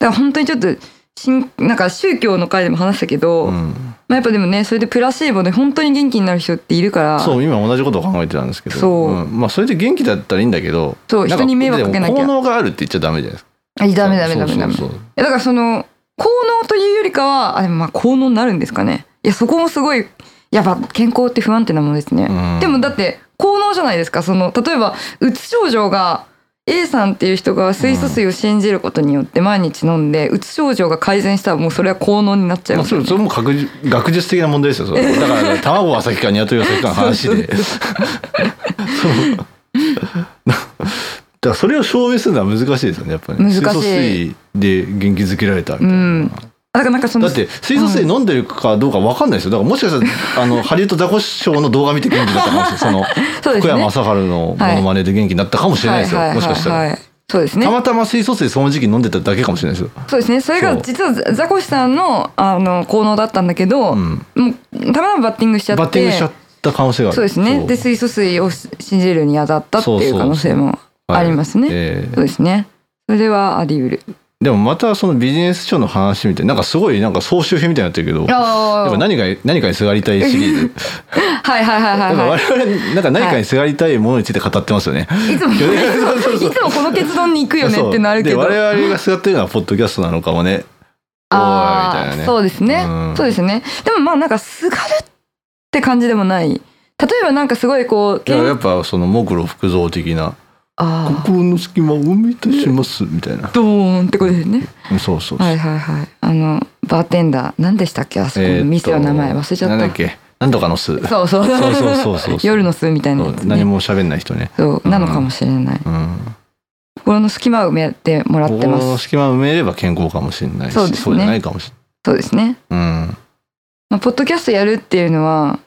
[SPEAKER 1] だから本当にちょっとしんなんか宗教の回でも話したけど、ま
[SPEAKER 2] ん、
[SPEAKER 1] あやっぱでもね、それでプラシーボで本当に元気になる人っているから、
[SPEAKER 2] そう今同じことを考えてたんですけど
[SPEAKER 1] そうん
[SPEAKER 2] まあ、それで元気だったらいいんだけど
[SPEAKER 1] そう
[SPEAKER 2] なんか
[SPEAKER 1] 人に迷惑かけなきゃ
[SPEAKER 2] でも効能があるって言っちゃダメじゃないですか
[SPEAKER 1] あダメダメダメダメ。い
[SPEAKER 2] そうそう
[SPEAKER 1] やだからその効能というよりかは、あでもまあ効能になるんですかね。いやそこもすごいやっぱ健康って不安定なものですね。
[SPEAKER 2] うん
[SPEAKER 1] でもだって効能じゃないですかその例えばうつ症状が A さんっていう人が水素水を信じることによって毎日飲んで、うつ症状が改善したらもうそれは効能になっちゃい
[SPEAKER 2] ま
[SPEAKER 1] ま
[SPEAKER 2] あ
[SPEAKER 1] す
[SPEAKER 2] そ
[SPEAKER 1] よ
[SPEAKER 2] れ
[SPEAKER 1] ね
[SPEAKER 2] それも確実学術的な問題ですよそ れだから、卵は先か鶏は先かの話で そうだからそれを証明するのは難しいですよねやっぱり、
[SPEAKER 1] 難
[SPEAKER 2] ね、
[SPEAKER 1] しい
[SPEAKER 2] 水素水で元気づけられたみたいな、
[SPEAKER 1] うんだからなんかその
[SPEAKER 2] だって水素水飲んでるかどうかわかんないですよだからもしかしたら あのハリウッドザコシショウの動画見て元気だったかもしれないその
[SPEAKER 1] そうです
[SPEAKER 2] 福
[SPEAKER 1] ね
[SPEAKER 2] 山雅治のモノマネで元気になったかもしれないですよ、もしかしたら、
[SPEAKER 1] い、そうですね
[SPEAKER 2] たまたま水素水その時期飲んでただけかもしれないですよ
[SPEAKER 1] そうですねそれ
[SPEAKER 2] そ
[SPEAKER 1] が
[SPEAKER 2] う
[SPEAKER 1] 実はザコシさんのあの効能だったんだけど、
[SPEAKER 2] ん
[SPEAKER 1] もうたまたまバッティングしちゃって
[SPEAKER 2] バッティングしちゃった可能性がある
[SPEAKER 1] そうですねで水素水を信じるにあたったっていう可能性もありますね
[SPEAKER 2] はいええ
[SPEAKER 1] そうですねそれはあり得る
[SPEAKER 2] でもまたそのビジネス書の話みたいななんかすごいなんか総集編みたいになってるけどやっ
[SPEAKER 1] あ
[SPEAKER 2] ぱ
[SPEAKER 1] ー
[SPEAKER 2] 何か何かにすがりたいシリーズ
[SPEAKER 1] はいはい はいは
[SPEAKER 2] なん
[SPEAKER 1] い
[SPEAKER 2] か
[SPEAKER 1] は
[SPEAKER 2] 我々なんか何かにすがりたいものについて語ってますよね。
[SPEAKER 1] いいつも い
[SPEAKER 2] そうそうそう
[SPEAKER 1] つもこの結論に行くよねってなるけど
[SPEAKER 2] そうで我々がすがってるのはポッドキャストなのかもね。おいみ
[SPEAKER 1] あ
[SPEAKER 2] たいな
[SPEAKER 1] あ
[SPEAKER 2] ね
[SPEAKER 1] そうですね
[SPEAKER 2] うん
[SPEAKER 1] そうですねでもまあなんかすがるって感じでもない例えばなんかすごいこ
[SPEAKER 2] い
[SPEAKER 1] う
[SPEAKER 2] ややっぱその目黒福造的な
[SPEAKER 1] ああ
[SPEAKER 2] 心の隙間を埋めたしますみたいな。
[SPEAKER 1] ドーンってことですね
[SPEAKER 2] うんそうそうそう。
[SPEAKER 1] はいはいはいあのバーテンダー何でしたっけあそこ
[SPEAKER 2] えーっと
[SPEAKER 1] の店の名前忘れちゃ
[SPEAKER 2] なんだ
[SPEAKER 1] っ
[SPEAKER 2] っけ何とかの数。
[SPEAKER 1] たそうそう
[SPEAKER 2] そうそうそうそう
[SPEAKER 1] 夜の巣みたいなやつ
[SPEAKER 2] そう
[SPEAKER 1] ね
[SPEAKER 2] 何も喋んない人ね。
[SPEAKER 1] そうなのかもしれない
[SPEAKER 2] うん。
[SPEAKER 1] 心の隙間を埋めてもらって
[SPEAKER 2] 心
[SPEAKER 1] ま
[SPEAKER 2] の
[SPEAKER 1] す
[SPEAKER 2] 隙間を埋めれば健康かもしれないし、
[SPEAKER 1] そうですね
[SPEAKER 2] そうじゃないかもし
[SPEAKER 1] そうですね
[SPEAKER 2] れない。うん。
[SPEAKER 1] まあ、ポッドキャストやるっていうのは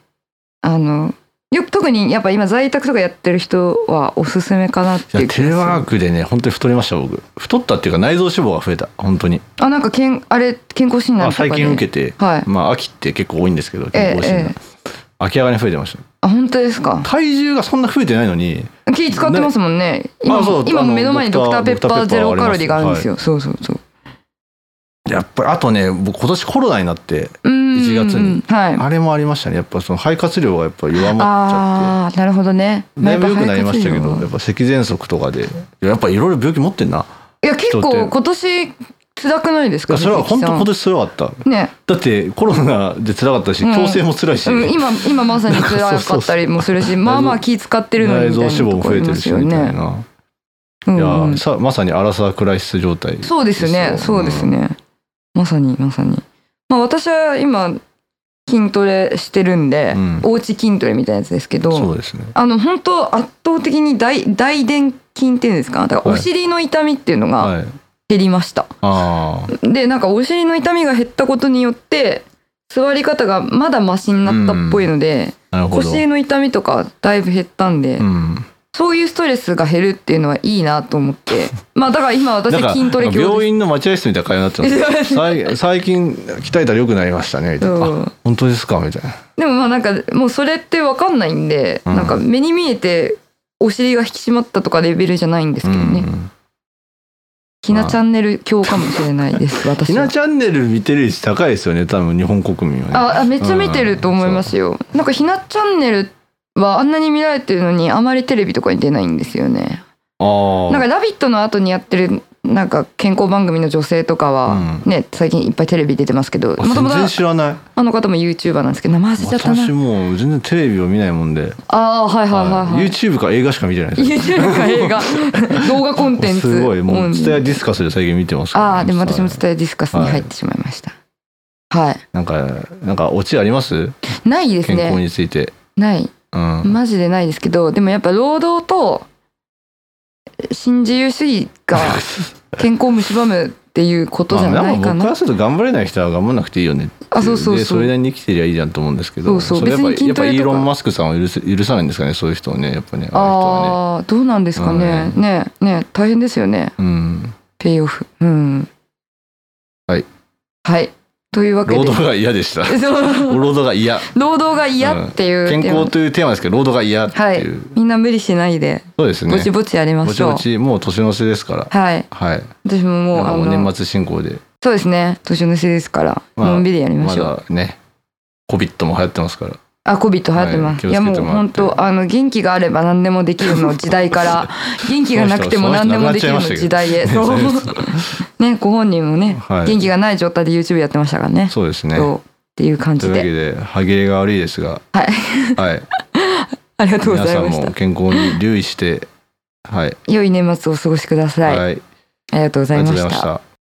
[SPEAKER 1] あのよく特にやっぱ今在宅とかやってる人はおすすめかなって
[SPEAKER 2] い
[SPEAKER 1] いう
[SPEAKER 2] や
[SPEAKER 1] 気がす
[SPEAKER 2] テ
[SPEAKER 1] る
[SPEAKER 2] レワークでね本当に太りました僕太ったっていうか内臓脂肪が増えた本当に、
[SPEAKER 1] あなんかけんあれ健康診
[SPEAKER 2] ま
[SPEAKER 1] 断
[SPEAKER 2] あ、
[SPEAKER 1] とかで
[SPEAKER 2] 最近受けて、
[SPEAKER 1] はい
[SPEAKER 2] まあ秋って結構多いんですけど健康診断、
[SPEAKER 1] ええ
[SPEAKER 2] 明らかに増えてました
[SPEAKER 1] あ本当ですか
[SPEAKER 2] 体重がそんな増えてないのに
[SPEAKER 1] 気使ってますもんね今
[SPEAKER 2] あそう
[SPEAKER 1] 今
[SPEAKER 2] あの
[SPEAKER 1] 目の前にド
[SPEAKER 2] ド
[SPEAKER 1] ク
[SPEAKER 2] ク
[SPEAKER 1] タ
[SPEAKER 2] タ
[SPEAKER 1] ー
[SPEAKER 2] ー
[SPEAKER 1] ペッパーゼロ
[SPEAKER 2] ドクターペッパー
[SPEAKER 1] カロリーがあるんですよ、そうそうそう
[SPEAKER 2] やっぱりあとね僕今年コロナになって
[SPEAKER 1] うーん
[SPEAKER 2] 1月に
[SPEAKER 1] はい
[SPEAKER 2] あれもありましたねやっぱその肺活量がやっぱ弱まっちゃって
[SPEAKER 1] ああーなるほどね
[SPEAKER 2] だいぶ良くなりましたけ
[SPEAKER 1] やっぱ
[SPEAKER 2] ど
[SPEAKER 1] 肺活量
[SPEAKER 2] やっぱ咳喘息とかでやっぱいろいろ病気持ってんな
[SPEAKER 1] や結
[SPEAKER 2] 人
[SPEAKER 1] 構
[SPEAKER 2] って
[SPEAKER 1] 今年辛くないですか
[SPEAKER 2] やそれは
[SPEAKER 1] 藤
[SPEAKER 2] 本当
[SPEAKER 1] 木さん
[SPEAKER 2] 今年それはあった
[SPEAKER 1] ね
[SPEAKER 2] だってコロナで辛かったし
[SPEAKER 1] うん
[SPEAKER 2] 強制も辛いし、
[SPEAKER 1] うん、今今まさに辛かったりもする しまあまあ気使ってるのに
[SPEAKER 2] 内
[SPEAKER 1] み
[SPEAKER 2] 臓
[SPEAKER 1] た
[SPEAKER 2] 脂
[SPEAKER 1] いなと
[SPEAKER 2] 肪も
[SPEAKER 1] こ
[SPEAKER 2] 増
[SPEAKER 1] ろ
[SPEAKER 2] え
[SPEAKER 1] い
[SPEAKER 2] て
[SPEAKER 1] ま
[SPEAKER 2] る
[SPEAKER 1] す
[SPEAKER 2] し
[SPEAKER 1] よ
[SPEAKER 2] みたい
[SPEAKER 1] ね。
[SPEAKER 2] な、
[SPEAKER 1] うん
[SPEAKER 2] いや
[SPEAKER 1] うん
[SPEAKER 2] ーさまさにアラサークライシス状態
[SPEAKER 1] そうですね
[SPEAKER 2] ですよ
[SPEAKER 1] そうですね、まさにまさに、まあ、私は今筋トレしてるんで、
[SPEAKER 2] うん
[SPEAKER 1] おうち筋トレみたいなやつですけ
[SPEAKER 2] そ
[SPEAKER 1] ど
[SPEAKER 2] うですね
[SPEAKER 1] あの本当圧倒的に大大臀筋っていうんですかだから
[SPEAKER 2] は
[SPEAKER 1] お
[SPEAKER 2] い
[SPEAKER 1] 尻の痛みっていうのが
[SPEAKER 2] はい
[SPEAKER 1] 減りました、
[SPEAKER 2] ああ
[SPEAKER 1] でなんかお尻の痛みが減ったことによって座り方がまだマシになったっぽいので、
[SPEAKER 2] なるほど
[SPEAKER 1] 腰の痛みとかだいぶ減ったんで、
[SPEAKER 2] うん
[SPEAKER 1] そういうストレスが減るっていうのはいいなと思って。 まあだから今私
[SPEAKER 2] なんか
[SPEAKER 1] 筋トレ教
[SPEAKER 2] 病院の待合室みたいな会話になっちゃう さい最近鍛えたら良くなりましたねみたいな、
[SPEAKER 1] うん
[SPEAKER 2] あ本当ですかみたいな
[SPEAKER 1] でもまあなんかもうそれってわかんないんで、
[SPEAKER 2] うん
[SPEAKER 1] なんか目に見えてお尻が引き締まったとかレベルじゃないんですけどね。
[SPEAKER 2] うん
[SPEAKER 1] ひなチャンネル教かもしれない です、
[SPEAKER 2] ひ
[SPEAKER 1] 私は
[SPEAKER 2] な。チャンネル見てる率高いですよね多分日本国民はね
[SPEAKER 1] ああめっちゃ見てると思いますよ。なんかひなチャンネルはあんなに見られてるのにあまりテレビとかに出ないんですよね。
[SPEAKER 2] あー
[SPEAKER 1] なんか「ラビット!」の後にやってるなんか健康番組の女性とかは、ね最近いっぱいテレビ出てますけど
[SPEAKER 2] あ
[SPEAKER 1] もともと
[SPEAKER 2] 全然知らない
[SPEAKER 1] あの方も YouTuber なんですけど名前忘れちゃったな
[SPEAKER 2] 私。もう全然テレビを見ないもんで、
[SPEAKER 1] ああはいはいはいはい。
[SPEAKER 2] YouTube か映画しか見てないです
[SPEAKER 1] YouTube か 映画動画コンテンツ
[SPEAKER 2] すごいもう
[SPEAKER 1] ん
[SPEAKER 2] ツタヤディスカスで最近見てますから
[SPEAKER 1] ああでも私も
[SPEAKER 2] はい
[SPEAKER 1] 伝えディスカスに入ってしまいましたはい、
[SPEAKER 2] なんかなんかオチあります
[SPEAKER 1] ないです
[SPEAKER 2] 健康
[SPEAKER 1] ね
[SPEAKER 2] について、
[SPEAKER 1] ない
[SPEAKER 2] うん
[SPEAKER 1] マジでないですけどでもやっぱ労働と新自由主義が健康を蝕むっていうことじゃ
[SPEAKER 2] まあ
[SPEAKER 1] ない
[SPEAKER 2] んか
[SPEAKER 1] か
[SPEAKER 2] 僕か
[SPEAKER 1] な
[SPEAKER 2] らすると頑張れない人は頑張らなくていいよねってい
[SPEAKER 1] あそうそうそう
[SPEAKER 2] でそれなりに生きてりゃいいじゃんと思うんですけど
[SPEAKER 1] そうそう
[SPEAKER 2] れやっぱ
[SPEAKER 1] 別に筋トレ
[SPEAKER 2] やっぱ
[SPEAKER 1] と
[SPEAKER 2] イー
[SPEAKER 1] か
[SPEAKER 2] ロン・マスクさんを許せ許さないんですかねそういう人をねやっぱねあ
[SPEAKER 1] ああどうなんですかね、
[SPEAKER 2] うん
[SPEAKER 1] ねね大変ですよね
[SPEAKER 2] の人はね、
[SPEAKER 1] ペイオフうん
[SPEAKER 2] はい
[SPEAKER 1] はいというわ
[SPEAKER 2] うん、
[SPEAKER 1] け
[SPEAKER 2] 労
[SPEAKER 1] で
[SPEAKER 2] 働が嫌でした
[SPEAKER 1] そう
[SPEAKER 2] 労働が嫌
[SPEAKER 1] 労働が嫌っていうテー
[SPEAKER 2] 健
[SPEAKER 1] マ、
[SPEAKER 2] 康というテーマですけど労働が嫌って
[SPEAKER 1] はい
[SPEAKER 2] いう、
[SPEAKER 1] みんな無理しないで
[SPEAKER 2] そうですね
[SPEAKER 1] ぼちぼちやりま
[SPEAKER 2] ぼ
[SPEAKER 1] し
[SPEAKER 2] ち
[SPEAKER 1] ょう。
[SPEAKER 2] ぼちもう年の瀬ですから
[SPEAKER 1] はい。
[SPEAKER 2] はい
[SPEAKER 1] 私もも
[SPEAKER 2] な
[SPEAKER 1] う、あ
[SPEAKER 2] んかもう
[SPEAKER 1] の、
[SPEAKER 2] 年末進行で
[SPEAKER 1] そうですね。年の瀬ですから、
[SPEAKER 2] まあ
[SPEAKER 1] のんびりやりま
[SPEAKER 2] ま
[SPEAKER 1] しょう。
[SPEAKER 2] だね COVID も流行ってますから
[SPEAKER 1] あ、コビット流行ってます。、
[SPEAKER 2] はいい
[SPEAKER 1] や、
[SPEAKER 2] 気を
[SPEAKER 1] も
[SPEAKER 2] つけて
[SPEAKER 1] う
[SPEAKER 2] もら
[SPEAKER 1] 本
[SPEAKER 2] って
[SPEAKER 1] 当、あの、元気があれば何でもできるの時 代から、元気がなくても何でもできるの時代へ。
[SPEAKER 2] そ
[SPEAKER 1] そうう。ね、ご本人もね、
[SPEAKER 2] はい
[SPEAKER 1] 元気がない状態で YouTube やってましたからね。
[SPEAKER 2] そうですね
[SPEAKER 1] そう。っていう感
[SPEAKER 2] と
[SPEAKER 1] じ
[SPEAKER 2] いうわけ
[SPEAKER 1] で。
[SPEAKER 2] で歯切れが悪いですが
[SPEAKER 1] はい。
[SPEAKER 2] はい
[SPEAKER 1] ありがとうご
[SPEAKER 2] 皆
[SPEAKER 1] ざい
[SPEAKER 2] さん
[SPEAKER 1] まし
[SPEAKER 2] も
[SPEAKER 1] た。
[SPEAKER 2] 健康に留意してはい
[SPEAKER 1] 良い年末をお過ごしください。
[SPEAKER 2] はい
[SPEAKER 1] ありがとうご
[SPEAKER 2] あ
[SPEAKER 1] ざ
[SPEAKER 2] り
[SPEAKER 1] い
[SPEAKER 2] がとう
[SPEAKER 1] ま
[SPEAKER 2] ござい
[SPEAKER 1] し
[SPEAKER 2] ま
[SPEAKER 1] た
[SPEAKER 2] し。た